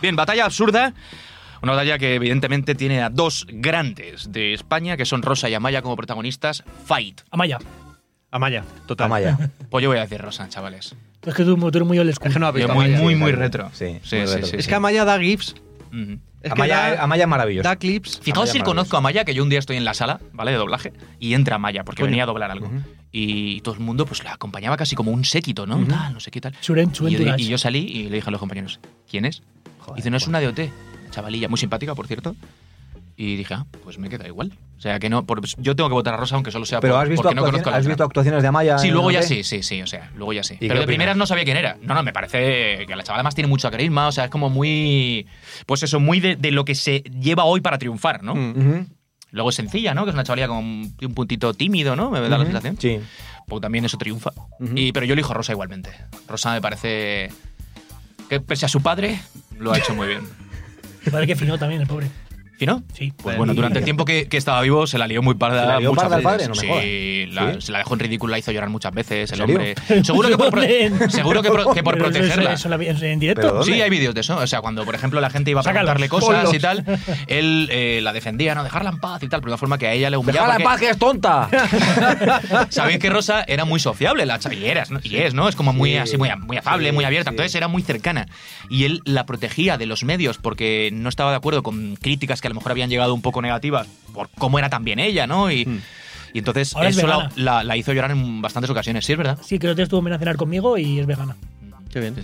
A: Bien, batalla absurda. Una batalla que evidentemente tiene a dos grandes de España, que son Rosa y Amaya como protagonistas. Fight.
C: Amaya.
D: Amaya, total.
B: Amaya.
A: Pues yo voy a decir Rosa, chavales.
C: Tú Es que tú, tú eres muy old school.
D: Es que no ha
A: Yo
D: visto
A: muy,
D: Amaya.
A: muy,
B: sí,
A: muy
B: sí.
A: retro.
B: Sí,
A: sí,
B: muy
A: sí,
B: retro.
A: sí,
D: Es
A: sí.
D: que Amaya da GIFs.
A: Ujú.
D: Es que
B: Amaya,
D: da,
B: Amaya es maravilloso.
D: da clips.
A: Fijaos
B: Amaya
A: si conozco a Maya, que yo un día estoy en la sala, ¿vale? De doblaje, y entra Maya, porque
D: Coño.
A: venía a doblar algo.
B: Ujú.
A: Y todo el mundo pues la acompañaba casi como un séquito, ¿no? Tal, no sé qué tal.
C: Churen, churen,
A: y, yo,
C: churas.
A: y yo salí y le dije a los compañeros, ¿quién es?
B: Joder,
A: Dice, no es una de OT, chavalilla, muy simpática, por cierto. Y dije, ah, pues me queda igual. O sea, que no, por- yo tengo que votar a Rosa, aunque solo sea
B: Pero
A: por-
B: has visto,
A: porque no
B: actuaciones,
A: conozco a la
B: has
A: otra.
B: visto actuaciones de Amaya.
A: Sí,
B: en
A: luego
B: el
A: ya
B: hotel?
A: sí, sí, sí, o sea, luego ya sí.
B: qué
A: Pero de
B: opinas?
A: primeras no sabía quién era. No, no, me parece que la chavala además tiene mucho carisma, o sea, es como muy, pues eso, muy de, de lo que se lleva hoy para triunfar, ¿no?
D: Mm.
B: Ujú,
A: Luego es sencilla, ¿no? Que es una chavalía con un un puntito tímido, ¿no? Me da la
B: ujú.
A: sensación.
B: ¿Mm? Sí.
A: Porque también eso triunfa.
B: Ujú.
A: y, pero yo elijo a Rosa igualmente. Rosa me parece que pese a su padre, lo ha hecho muy bien.
C: Parece que finó también, el pobre.
A: ¿Fino?
C: Sí.
A: Pues bueno, durante el tiempo que, que estaba vivo se la lió muy parda.
B: ¿Se la lió
A: muchas
B: parda al
A: veces.
B: padre? No me
A: sí,
B: jodas.
A: la-
B: ¿Sí?
A: se la dejó en ridículo, la hizo llorar muchas veces el
B: ¿En serio?
A: hombre. Seguro que por, pro- seguro que por- que por
C: Pero eso- eso-
A: protegerla.
C: eso la vi- eso en directo.
B: Pero-
A: Sí,
B: ¿Dónde?
A: hay vídeos de eso. O sea, cuando, por ejemplo, la gente iba a
C: Sácalos.
A: preguntarle cosas y tal, él eh, la defendía, ¿no? Dejarla en paz y tal, pero de una forma que a ella le humillaba.
B: ¡Déjala en
A: porque-
B: paz, que es tonta!
A: Sabéis que Rosa era muy sociable, la cha- y eras, ¿no? Y es, ¿no? Es como muy
B: Sí,
A: así, muy, muy afable,
B: sí,
A: muy abierta.
B: sí.
A: Entonces era muy cercana. Y él la protegía de los medios porque no
B: Hmm.
A: estaba de acuerdo con críticas que a lo mejor habían llegado un poco negativas por cómo era también ella, ¿no? Y Y entonces
C: Ahora es
A: eso la,
C: vegana.
A: la- la hizo llorar en bastantes ocasiones, sí, es verdad.
C: Sí, creo que estuvo en a cenar conmigo y es vegana.
D: Qué bien.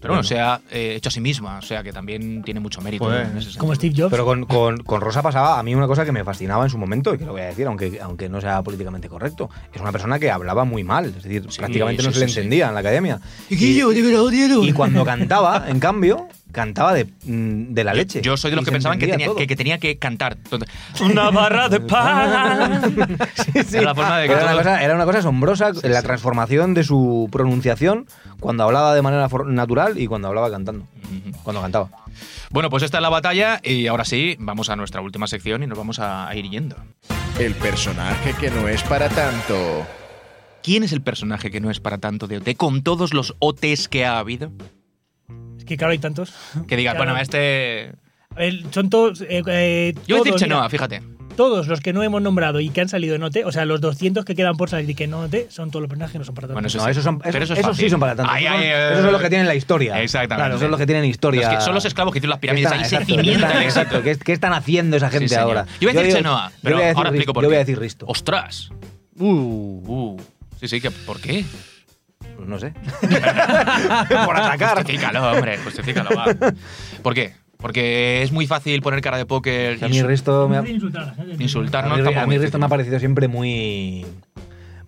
A: Pero bueno, se ha eh, hecho a sí misma, o sea que también tiene mucho mérito.
D: Joder.
B: Pues,
A: en ese sentido.
C: Como Steve Jobs.
B: Pero con, con- con Rosa pasaba a mí una cosa que me fascinaba en su momento, y que lo voy a decir, aunque, aunque no sea políticamente correcto. Es una persona que hablaba muy mal, es decir,
A: Sí,
B: prácticamente no
A: sí,
B: se le
A: sí, sí.
B: entendía en la academia. Y, y cuando cantaba, en cambio, cantaba de, mm, de la leche.
A: Yo soy de los
B: Y
A: que
B: se
A: pensaban que tenía
B: entendía todo.
A: que, que tenía que cantar. Entonces, Una barra de pan.
B: Sí, sí.
A: Era la forma de que
B: Era una
A: todo-
B: cosa, era una cosa asombrosa la transformación de su pronunciación cuando hablaba de manera for- natural y cuando hablaba cantando. Cuando cantaba.
A: Bueno, pues esta es la batalla y ahora sí, vamos a nuestra última sección y nos vamos a, a ir yendo.
G: El personaje que no es para tanto.
A: ¿Quién es el personaje que no es para tanto de OT con todos los OTs que ha habido?
C: Es que claro, hay tantos.
A: Que digas,
C: Claro.
A: bueno, este...
C: A ver, son todos. eh, eh,
A: Yo voy a decir
C: todos,
A: Chenoa,
C: mira,
A: fíjate.
C: Todos los que no hemos nombrado y que han salido en OT, o sea, los 200 que quedan por salir y que no OT, son todos los personajes que no son para tanto.
A: Bueno, eso
B: No,
A: sí.
B: esos, son,
A: Pero
B: esos-
A: eso es
B: esos
A: fácil.
B: sí son para tanto.
A: Ay,
B: esos, son,
A: ay, ay,
B: esos son los
A: ay.
B: que tienen la historia.
A: Exactamente.
B: Claro, son los que tienen historia.
A: Los que- son los esclavos que hicieron las pirámides.
B: ¿Qué
A: Ahí
B: están-
A: se cimienta
B: ¿qué
A: el
B: están-
A: éxito.
B: Exacto. ¿Qué, es- qué están haciendo esa
A: Sí,
B: gente
A: señor.
B: ahora?
A: Yo voy a decir
B: digo-
A: Chenoa,
B: yo
A: pero
B: voy a decir
A: ahora
B: Ri-
A: explico por
B: Yo
A: qué.
B: voy a decir Risto.
A: ¡Ostras!
D: Uh,
A: Uh, sí, sí, que, ¿por qué?
B: No sé. Por atacar.
A: Justifícalo, hombre, justifícalo, va. ¿Por qué? Porque es muy fácil poner cara de póker,
B: A mí Risto me ha,
C: No de insultar a la gente.
B: a
A: insultarnos.
B: mí-
A: tampoco
B: a mí
A: muy
B: Risto me ha parecido siempre muy.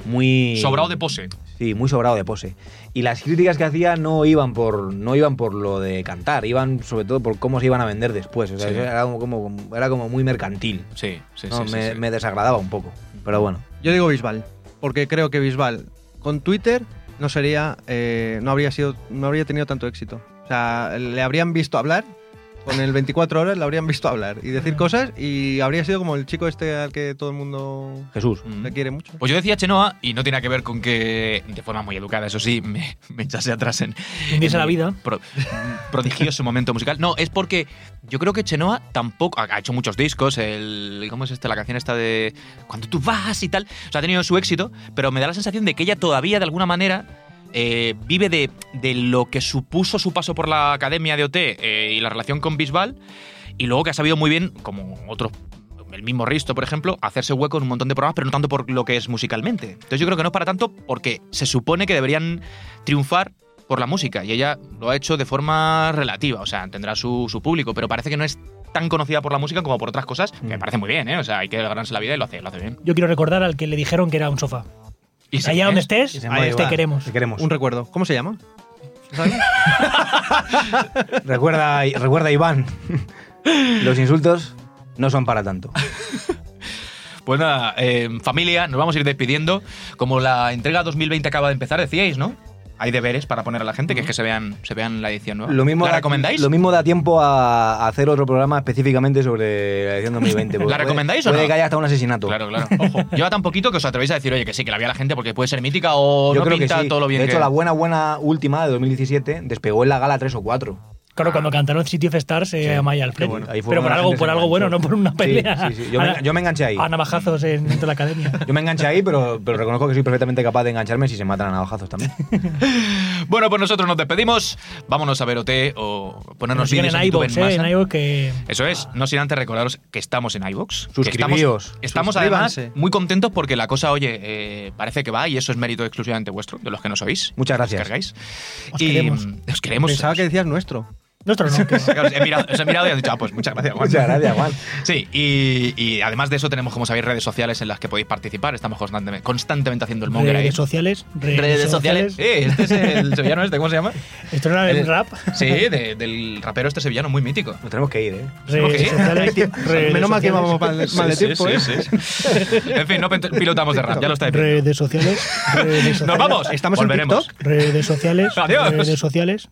B: Muy.
A: Sobrado de pose.
B: Sí, muy sobrado de pose. Y las críticas que hacía no iban por no iban por lo de cantar, iban sobre todo por cómo se iban a vender después. O sea,
A: Sí.
B: era, como, como- era como muy mercantil.
A: Sí, sí,
B: No,
A: sí. sí,
B: me,
A: sí.
B: me desagradaba un poco. Pero bueno.
D: Yo digo Bisbal, porque creo que Bisbal con Twitter no sería, eh, no habría sido, no habría tenido tanto éxito. O sea, le habrían visto hablar con el 24 horas, le habrían visto hablar y decir cosas y habría sido como el chico este al que todo el mundo
B: Jesús.
A: Mm.
D: le quiere mucho.
A: Pues yo decía Chenoa, y no tiene nada que ver con que, de forma muy educada, eso sí, me, me echase atrás en.
C: Hundirse
A: en
C: la
A: mi
C: vida.
A: pro- prodigioso momento musical. No, es porque yo creo que Chenoa tampoco. Ha, ha hecho muchos discos, el. ¿Cómo es este? La canción esta de. Cuando tú vas y tal. O sea, ha tenido su éxito, pero me da la sensación de que ella todavía, de alguna manera. eh, vive de, de lo que supuso su paso por la academia de OT eh, y la relación con Bisbal, y luego que ha sabido muy bien, como otros, el mismo Risto, por ejemplo, hacerse hueco en un montón de programas, pero no tanto por lo que es musicalmente. Entonces yo creo que no es para tanto porque se supone que deberían triunfar por la música y ella lo ha hecho de forma relativa, o sea, tendrá su, su público, pero parece que no es tan conocida por la música como por otras cosas,
B: Mm.
A: que me parece muy bien, ¿eh? O sea, hay que ganarse la vida y lo hace, lo hace bien.
C: Yo quiero recordar al que le dijeron que era un sofá.
A: Y sí,
C: Allá
A: ¿eh?
C: donde estés,
B: Ahí
C: te
B: va.
C: queremos.
B: Te queremos.
D: Un recuerdo. ¿Cómo se llama?
B: recuerda, recuerda, Iván. Los insultos no son para tanto.
A: Pues nada, eh, familia, nos vamos a ir despidiendo. Como la entrega 2020 acaba de empezar, decíais, ¿no? Hay deberes para poner a la gente, que es que se vean, se vean la edición nueva.
B: Mm. Lo mismo
A: ¿La
B: da-
A: recomendáis?
B: Lo mismo da tiempo a hacer otro programa específicamente sobre la edición 2020. porque
A: ¿La
B: puede-
A: recomendáis o
B: Puede
A: no?
B: que haya hasta un asesinato.
A: Claro, claro. Ojo. Lleva tan poquito que os atrevéis a decir, oye, que sí, que la vea la gente porque puede ser mítica o
B: Yo
A: no
B: creo
A: pinta
B: que sí.
A: todo lo bien
B: de hecho,
A: que-
B: la buena, buena última de 2017 despegó en la gala 3 o 4.
C: Claro, cuando cantaron City of Stars eh, Amaya al frente.
B: Ahí fue cuando
C: Pero por
B: la
C: algo,
B: gente
C: por
B: se
C: algo bueno, no
B: enganchó.
C: por una
B: Sí,
C: pelea.
B: sí, sí. Yo, me,
C: A-
B: yo me enganché ahí.
C: A navajazos en, dentro de la academia.
B: Yo me enganché ahí, pero, pero reconozco que soy perfectamente capaz de engancharme si se matan a navajazos también.
A: Bueno, pues nosotros nos despedimos. Vámonos a ver OT o ponernos
C: Nos siguen
A: vídeos
C: en
A: en YouTube en
C: iVoox, eh,
A: masa.
C: en iVoox que...
A: Eso es, no sin antes recordaros que estamos en iVoox. que
B: Suscribíos.
A: Estamos, estamos además
D: Suscríbanse.
A: muy contentos porque la cosa, oye, eh, parece que va y eso es mérito exclusivamente vuestro, de los que no sois.
B: Muchas
A: Os
B: gracias.
A: cargáis.
C: Os
A: y
C: queremos.
A: mm, Os queremos.
D: Pensaba que decías nuestro.
C: Nosotros no. que-
A: Claro, os he mirado, os he mirado y he dicho, ah, pues muchas gracias, Juan.
B: Muchas gracias, Juan.
A: Sí, y, y además de eso tenemos, como sabéis, redes sociales en las que podéis participar. Estamos constantemente, constantemente haciendo el monger ahí.
C: redes sociales. Redes,
A: Redes sociales. Eh, este es el sevillano este, ¿cómo se llama?
C: Esto era el
A: El-
C: rap.
A: Sí, de- del rapero este sevillano muy mítico.
B: Nos tenemos que ir, ¿eh?
A: ¿Tenemos que
C: Redes
A: ir?
C: sociales. redes
D: Menos mal que
C: sociales,
D: vamos mal, de- mal de
A: Sí,
D: tiempo,
A: sí,
D: ¿eh?
A: sí, sí. En fin, no pent- pilotamos de rap, ya lo está diciendo.
C: Redes sociales. Redes sociales.
A: Nos vamos.
D: ¿Estamos en
A: Volveremos.
D: TikTok?
C: Redes sociales.
A: Adiós.
C: Redes sociales.